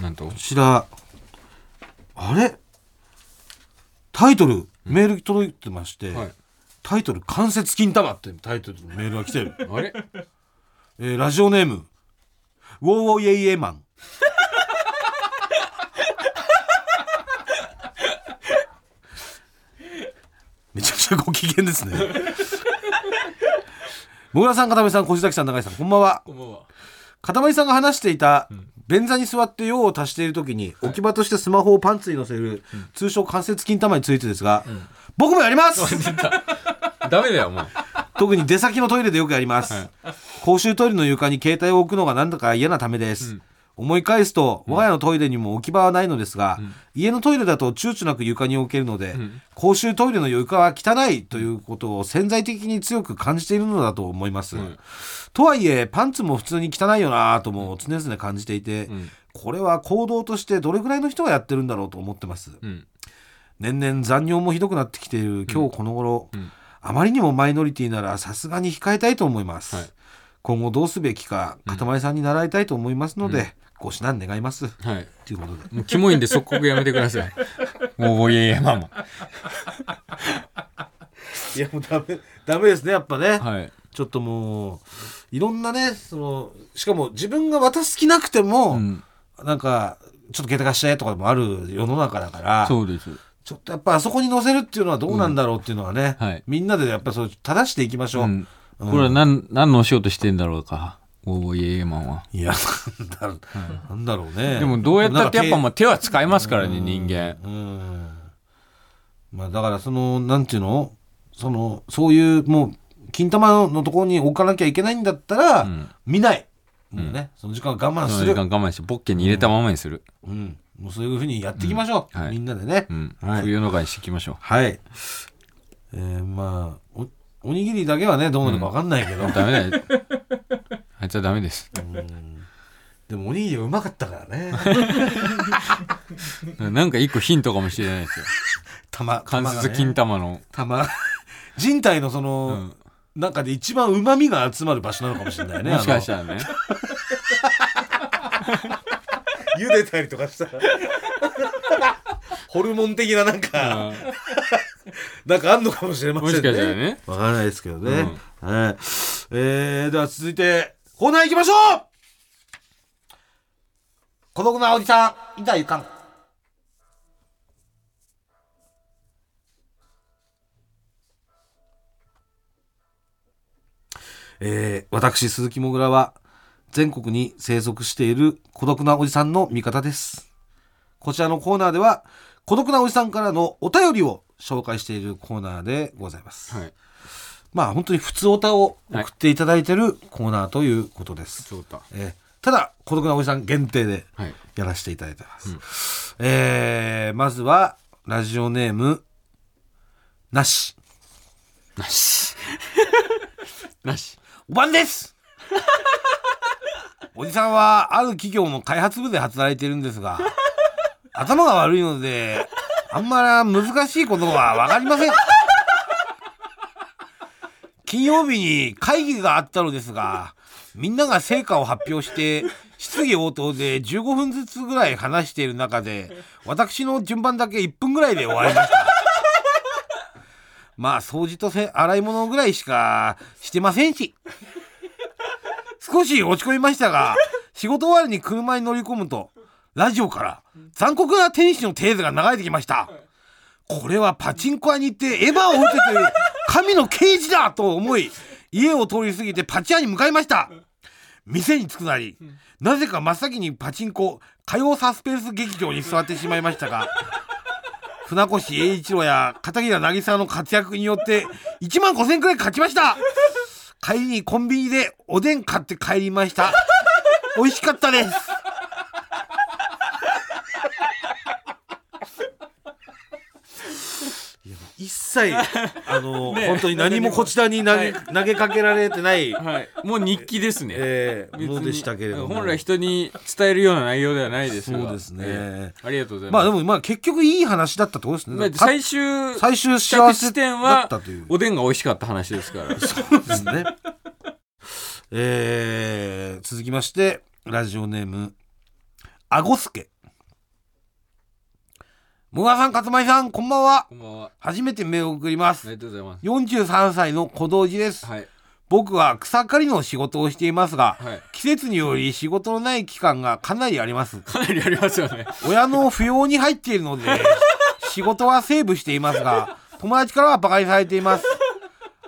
S2: なんと
S4: こちら、あれタイトル、メール届いてまして、
S2: はい
S4: タイトル、関節金玉ってタイトルのメールが来てる。
S2: あれ
S4: えーラジオネーム、ウォーウォーイェイイェイマン。めちゃくちゃご機嫌ですね。もぐらさん、かためさん、小崎さん、中井さん、こんばんは。
S2: こんばんは
S4: かたまりさんが話していた、便座に座って用を足している時に、置き場としてスマホをパンツに乗せる、通称関節金玉についてですが、僕もやります
S2: [laughs] ダメだよもう
S4: 特に出先のトイレでよくやります、公衆トイレの床に携帯を置くのがなんだか嫌なためです、思い返すと我が家のトイレにも置き場はないのですが、家のトイレだと躊躇なく床に置けるので、公衆トイレの床は汚いということを潜在的に強く感じているのだと思います、とはいえパンツも普通に汚いよなぁとも常々感じていて、
S2: ん
S4: これは行動としてどれぐらいの人がやってるんだろうと思ってます、
S2: うん
S4: 年々残尿もひどくなってきている今日この頃、
S2: ん
S4: あまりにもマイノリティならさすがに控えたいと思います、
S2: はい
S4: 今後どうすべきかかたまりさんに習いたいと思いますので、ご指南願います
S2: はい
S4: ということで
S2: もうキモいんで即刻やめてくださいもういやいやまあま
S3: いやもうダメ
S4: ダメですねやっぱね、
S2: あはい
S4: ちょっともういろんなねそのしかも自分が渡す気なくても、
S2: うん
S4: なんかちょっと下駄貸してとかもある世の中だから
S2: そうです
S4: ちょっとやっぱあそこに載せるっていうのはどうなんだろうっていうのはね、
S2: うんはい
S4: みんなでやっぱそう正していきましょう、
S2: うんこれは何何のお仕事してんだろうかおーイエイエイマンはい
S4: やなんだろう、なんだろうね
S2: でもどうやったってやっぱも
S4: ま
S2: う手は使いますからね人間
S4: うんまあだからそのなんていうのそのそういうもう金玉のところに置かなきゃいけないんだったら、
S2: ん
S4: 見ないもうね、その時間は我慢
S2: そ
S4: す
S2: の時
S4: る
S2: 間我慢してポッケに入れたままにする、
S4: うん、もうそういうふうにやっていきましょう、
S2: うんはい
S4: みんなでね、
S2: うん
S4: はい
S2: そういうのがにしていきましょ
S4: [laughs] はいえー、まあおおにぎりだけはねどうなるか分かんないけど、
S2: うダメだよあいつはダメです
S4: でもおにぎりはうまかったか
S2: [laughs]
S4: らね
S2: なんか一個ヒントかもしれないですよ
S4: 玉
S2: 関
S4: 玉が
S2: 節
S4: ね
S2: 金玉の、
S4: 玉人体のその、中で一番うまみが集まる場所なのかもしれないね
S2: もしかしたらね
S3: 茹でたりとか
S2: [laughs]
S3: したらホルモン的ななん
S2: あ
S3: か、
S2: の
S3: なんかあんのかもしれませ
S2: も
S3: んね
S2: しかしたらね
S4: わからないですけどね、はいえー、では続いてコーナー行きましょう孤独なおじさんいたいかんえー、私鈴木もぐらは全国に生息している孤独なおじさんの味方ですこちらのコーナーでは孤独なおじさんからのお便りを紹介しているコーナーでございます、
S2: はい
S4: まあ本当に普通おたを送っていただいてるコーナーということです、
S2: そうだ
S4: えーただ孤独なおじさん限定で
S2: はい
S4: やらせていただいてます、えーまずはラジオネームなし
S2: なしなし
S4: おばんです [laughs] おじさんはある企業の開発部で働いているんですが頭が悪いのであんまり難しいことは分かりません金曜日に会議があったのですがみんなが成果を発表して質疑応答で15分ずつぐらい話している中で私の順番だけ1分ぐらいで終わりましたまあ掃除とせ洗い物ぐらいしかしてませんし少し落ち込みましたが、仕事終わりに車に乗り込むと、ラジオから残酷な天使のテーゼが流れてきました。これはパチンコ屋に行ってエヴァを打てという神の刑事だと思い、家を通り過ぎてパチ屋に向かいました。店に着くなり、なぜか真っ先にパチンコ、火曜サスペンス劇場に座ってしまいましたが、 [laughs] 船越英一郎や片桐渚の活躍によって1万5000くらい勝ちました帰りにコンビニでおでん買って帰りました美味しかったです
S3: 一切、あの、
S2: ね
S3: 本当に何もこちらに投げ,、投げかけられてない、
S2: はい、もう日記ですね。
S3: えー
S2: [laughs] 別に
S3: ものでしたけれども。
S2: 本来人に伝えるような内容ではないですが
S4: そうですね
S2: ええありがとうござい
S4: ま
S2: ま
S4: あ
S2: す
S4: でもまあ結局いい話だったってことですね、
S2: まあ
S4: た
S2: 最終
S4: 最終幸
S2: 着
S4: せ
S2: 地点
S4: だっ
S2: は
S4: たという
S2: おでんが美味しかった話ですから
S4: [laughs] ですね。 [laughs] えー続きまして、ラジオネーム、あごすけ。もがさん、かつまいさん、こんばんは。
S2: こんばんはあ
S4: 初めてメールを送りま
S2: り
S4: す。
S2: がとうございます
S4: 43歳の小道寺です。
S2: はい
S4: 僕は草刈りの仕事をしていますが、
S2: はい
S4: 季節により仕事のない期間がかなりあります。
S2: かなりあります
S4: [laughs]
S2: よね
S4: 親の扶養に入っているの
S2: [laughs]
S4: で仕事はセーブしていますが友達からはバカにされています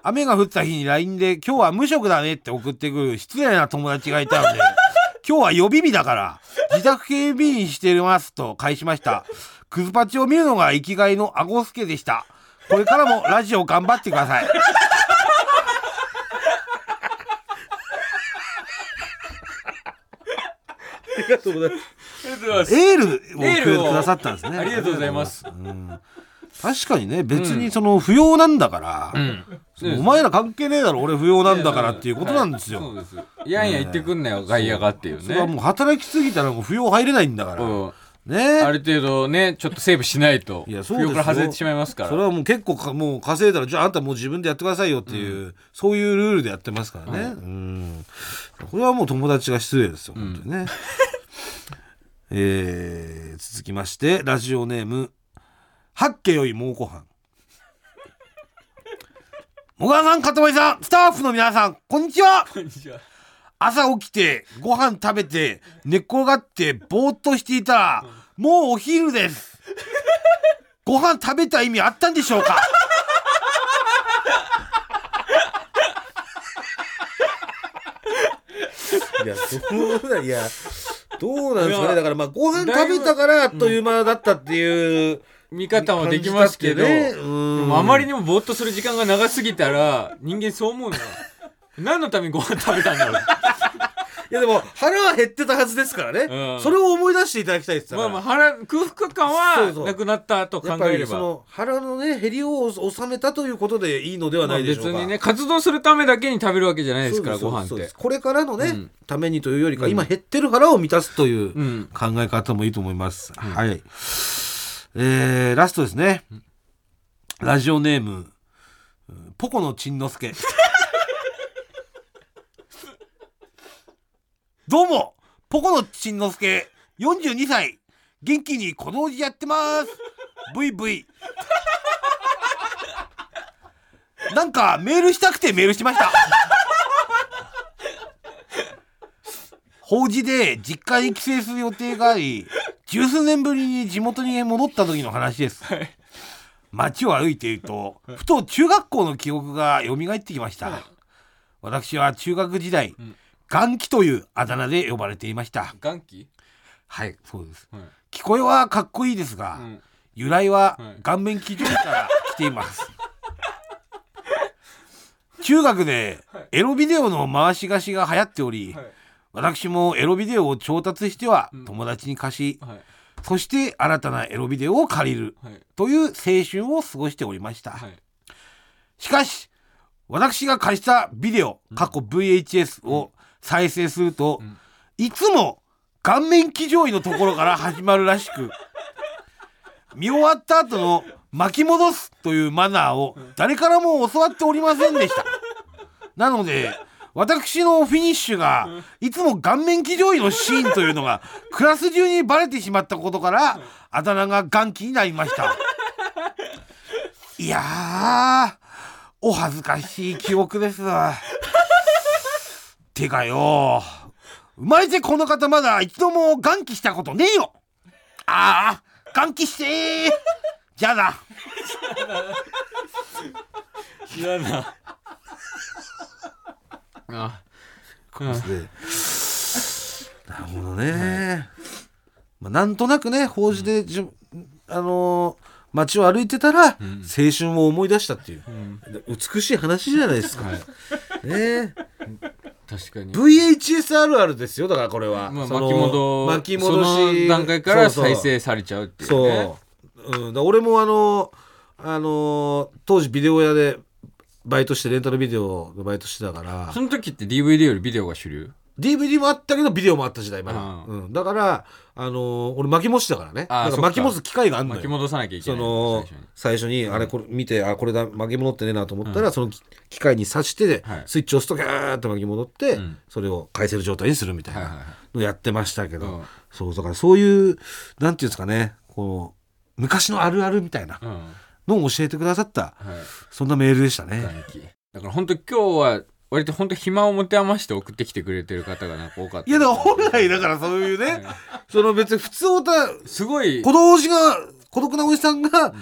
S4: 雨が降った日に LINE で「今日は無職だね」って送ってくる失礼な友達がいたので
S2: [laughs]
S4: 「今日は予備日だから自宅警備員してます」と返しましたクズパチを見るのが生きがいのあごすけでしたこれからもラジオ頑張ってください
S3: ありがとうございます。
S2: ありがとうございます
S4: エールをくれくださったんですね
S2: ありがとうございます
S4: うん確かにね別にその不要なんだから、
S2: そうです
S4: お前ら関係ねえだろ俺不要なんだからっていうことなんですよ、
S2: はいそうですいやんや言ってくんなよ外野がっていう
S4: それは
S2: ね
S4: もう働きすぎたらもう不要入れないんだから、
S2: うんあ
S4: ね
S2: る程度ねちょっとセーブしないと
S4: いやそうですよ
S2: 不要から外れてしまいますか
S4: それ
S2: ら
S4: はもう結構かもう稼いだらじゃああんたもう自分でやってくださいよっていう、そういうルールでやってますからね、うんこれはもう友達が失礼ですよ本当にね、 [laughs] えー続きましてラジオネーム「八家より猛虎
S2: [laughs]
S4: 飯」小川さん片森さんスタッフの皆さんこんにちは
S2: こんにちは
S4: 朝起きてご飯食べて寝っ転がってぼーっとしていたらもうお昼ですご飯食べた意味あったんでしょうか
S3: いや、どうだ、いや、どうなんですかね。だから、まあ、ご飯食べたから、あっという間だったっていう
S2: 見
S3: 感じ
S2: 方もできますけど
S3: だってね
S2: で
S3: うん
S2: もあまりにもぼーっとする時間が長すぎたら人間そう思う
S3: [laughs]
S2: のよ何のためにご飯食べたんだろう
S3: いやでも腹は減ってたはずですからね、
S2: うん
S3: それを思い出していただきたいですから
S2: まあまあ腹空腹感
S3: そうそ
S2: は
S3: う
S2: なくなったと考
S3: やっぱ
S2: えれ
S3: りそ
S2: ば
S3: の腹のね減りを収めたということでいいのでは
S2: ま
S3: な
S2: あ
S3: いでしょう
S2: 別
S3: か、
S2: にね活動するためだけに食べるわけじゃない
S3: そう
S2: で
S3: です
S2: すからご飯っ
S3: そうです
S2: て
S3: これからのね、
S2: うん
S3: ためにというよりか、今減ってる腹を満たすという、
S2: うん
S4: 考え方もいいと思います、はいえー、ラストですねラジオネームうんポコのちんの
S2: [laughs]
S4: すけどうもポコのちんのすけ42歳元気に小道寺やってますブイブイなんかメールしたくてメールしました法事で実家に帰省する予定があり十数年ぶりに地元に戻った時の話です、街を歩いているとふと中学校の記憶が蘇ってきました、私は中学時代、元気というあだ名で呼ばれていました
S2: 元気
S4: はいそうです
S2: はい
S4: 聞こえはかっこいいですが、
S2: ん
S4: 由来は
S2: はい
S4: 顔面基準から来ています、 [laughs] 中学でエロビデオの回し貸しが流行っており、
S2: はい
S4: 私もエロビデオを調達しては友達に貸し、
S2: はい
S4: そして新たなエロビデオを借りる
S2: はい
S4: という青春を過ごしておりました、
S2: はい
S4: しかし私が貸したビデオ過去 VHS を再生すると、
S2: ん
S4: いつも顔面騎乗位のところから始まるらしく見終わった後の巻き戻すというマナーを誰からも教わっておりませんでしたなので私のフィニッシュがいつも顔面騎乗位のシーンというのがクラス中にバレてしまったことからあだ名が元気になりましたいやーお恥ずかしい記憶ですわてかよ生まれてこの方まだ一度も元気したことねえよああ元気してーじゃあな
S1: 嫌な。
S2: あ
S4: なるほどね、まあ、なんとなくね法事でじゅ、あのー街を歩いてたら、青春を思い出したっていう、美しい話じゃないですか、ねえ
S2: 確かに
S4: VHS あるあるですよだからこれは、
S2: まあ、
S4: その
S2: 巻き戻
S4: 巻き戻し
S2: その段階から
S4: そうそう
S2: 再生されちゃうっていうね
S4: そう、うん、だ俺もあのあの当時ビデオ屋でバイトしてレンタルビデオのバイトしてたから
S2: その時って DVD よりビデオが主流
S4: DVD もあったけどビデオもあった時代まだ、
S2: う
S4: うん、だからあの俺巻き戻しだからね
S2: あー
S4: だか
S2: そっ
S4: ら
S2: か
S4: 巻き戻す機会があるの
S2: 巻き
S4: よ
S2: 戻さなきゃいけ
S4: そ
S2: ない
S4: の
S2: 最初に
S4: 最初にあれこれ見てあこれだ巻き戻ってねえなと思ったら、その機機械に刺して、
S2: はい
S4: スイッチ押すとギャーって巻き戻って、
S2: ん
S4: それを返せる状態にするみたい
S2: はいはい
S4: な
S2: はい
S4: のやってましたけど、
S2: うん
S4: そうだからそういうなんていうんですかねこう昔のあるあるみたいな
S2: うん
S4: のを教えてくださっ
S2: は
S4: た
S2: い
S4: そんなメールでしたね。
S2: 元気だから本当今日は割と本当暇を持て余して送ってきてくれてる方がなんか多かった
S4: いやだから本来だからそういうね、その別に普通オタ
S2: すごい
S4: このおじが孤独なおじさんが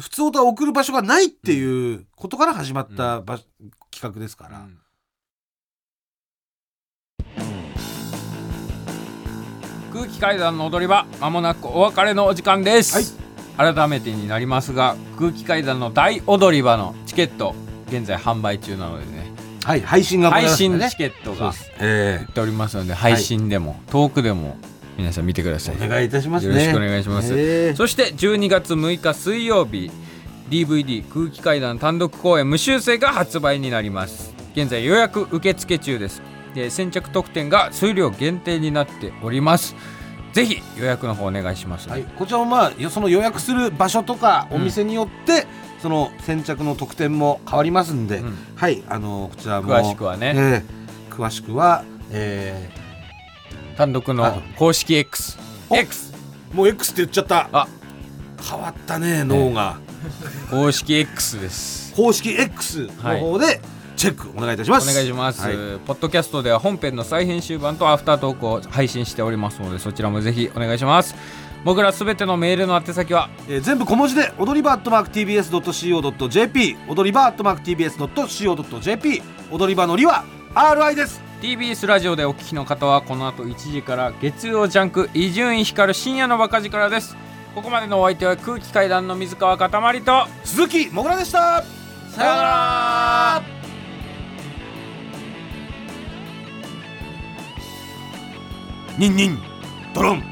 S4: 普通オタを送る場所がないっていうことから始まった場所企画ですから、
S2: うん空気階段の踊り場まもなくお別れのお時間です、改めてになりますが空気階段の大踊り場のチケット現在販売中なのでね
S4: はい配信がござい
S2: 配
S4: ますん
S2: 信
S4: でね
S2: チケットが
S4: え
S2: 売っておりますので配信でも、遠くでも皆さん見てください
S4: えお願いいたしますね
S2: よろしくお願いします
S4: ええ
S2: そして12月6日水曜日 DVD 空気階段単独公演無修正が発売になります現在予約受付中ですで先着特典が数量限定になっておりますぜひ予約の方お願いします、
S4: はい、こちらもまあよその予約する場所とか
S2: うん
S4: お店によって、その先着の特典も変わりますんで、
S2: うん
S4: はいあのこちらも
S2: 詳しくはね
S4: ええ詳しくは、え
S2: 単独の公式 X
S4: お
S2: X
S4: えもう X って言っちゃった
S2: あ
S4: 変わったね脳が、
S2: 公式 X です
S4: 公式 X の方でチェックお願いいたし
S2: お
S4: ます、
S2: 願いします、
S4: はい
S2: ポッドキャストでは本編の再編集版とアフタートークを配信しておりますのでそちらもぜひお願いします僕らすべてのメールの宛先は
S4: えー全部小文字で踊り場 atmarktbs.co.jp 踊り場 atmarktbs.co.jp 踊り場のりは RI です
S2: TBS ラジオでお聞きの方はこの後1時から月曜ジャンク伊集院光る深夜のバカ力ですここまでのお相手は空気階段の水川かたまりと
S4: 鈴木もぐらでした
S2: さよなら
S4: ニンニンドロン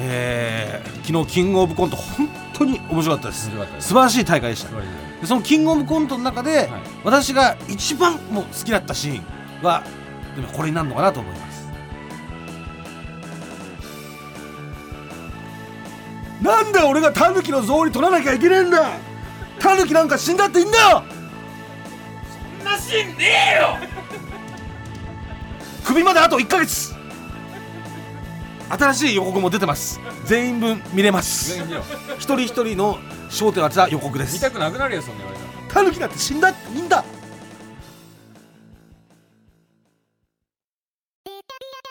S4: えー、昨日キングオブコント本当に面白かったです
S2: 面白かったです
S4: 素晴らしい大会でしたでそのキングオブコントの中で、
S2: はい
S4: 私が一番もう好きだったシーンはでもこれになるのかなと思いますなんで俺がタヌキの像に取らなきゃいけねえんだタヌキなんか死んだっていいんだよ
S2: そんなシーンねえよ
S4: [laughs] 首まであと1ヶ月新しい予告も出てます全員分見れます一人一人の焦点を当てた予告で
S2: 見
S4: す
S2: たくなくなるよそんな言われたら
S4: タヌキだって死んだっていいんだ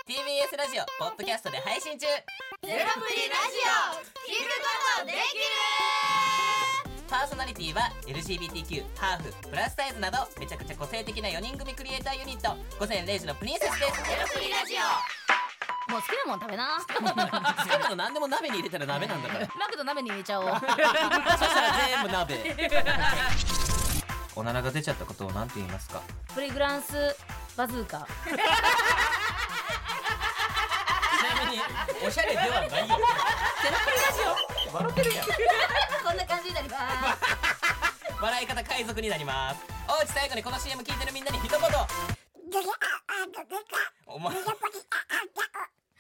S6: TBS ラジオポッドキャストで配信中
S7: ゼロプリラジオ聞くことできる
S6: パーソナリティは LGBTQ ハーフプラスサイズなどめちゃくちゃ個性的な4人組クリエイターユニット午前0時のプリンセスですゼロプリラジオ
S7: もう好きなもん食べな [laughs]
S6: 好きなの何でも鍋に入れたら鍋なんだから
S7: マクド鍋に入れちゃおう [laughs]
S6: そしたら全部鍋おならが出ちゃったことを何て言いますか
S7: プリグランスバズーカ
S6: ちなみにおしゃれではないよゼロプリラジオ笑ってるやん
S7: [laughs] こんな感じになります
S6: 笑い方海賊になりますおうち最後にこの CM 聞いてるみんなに一言お前お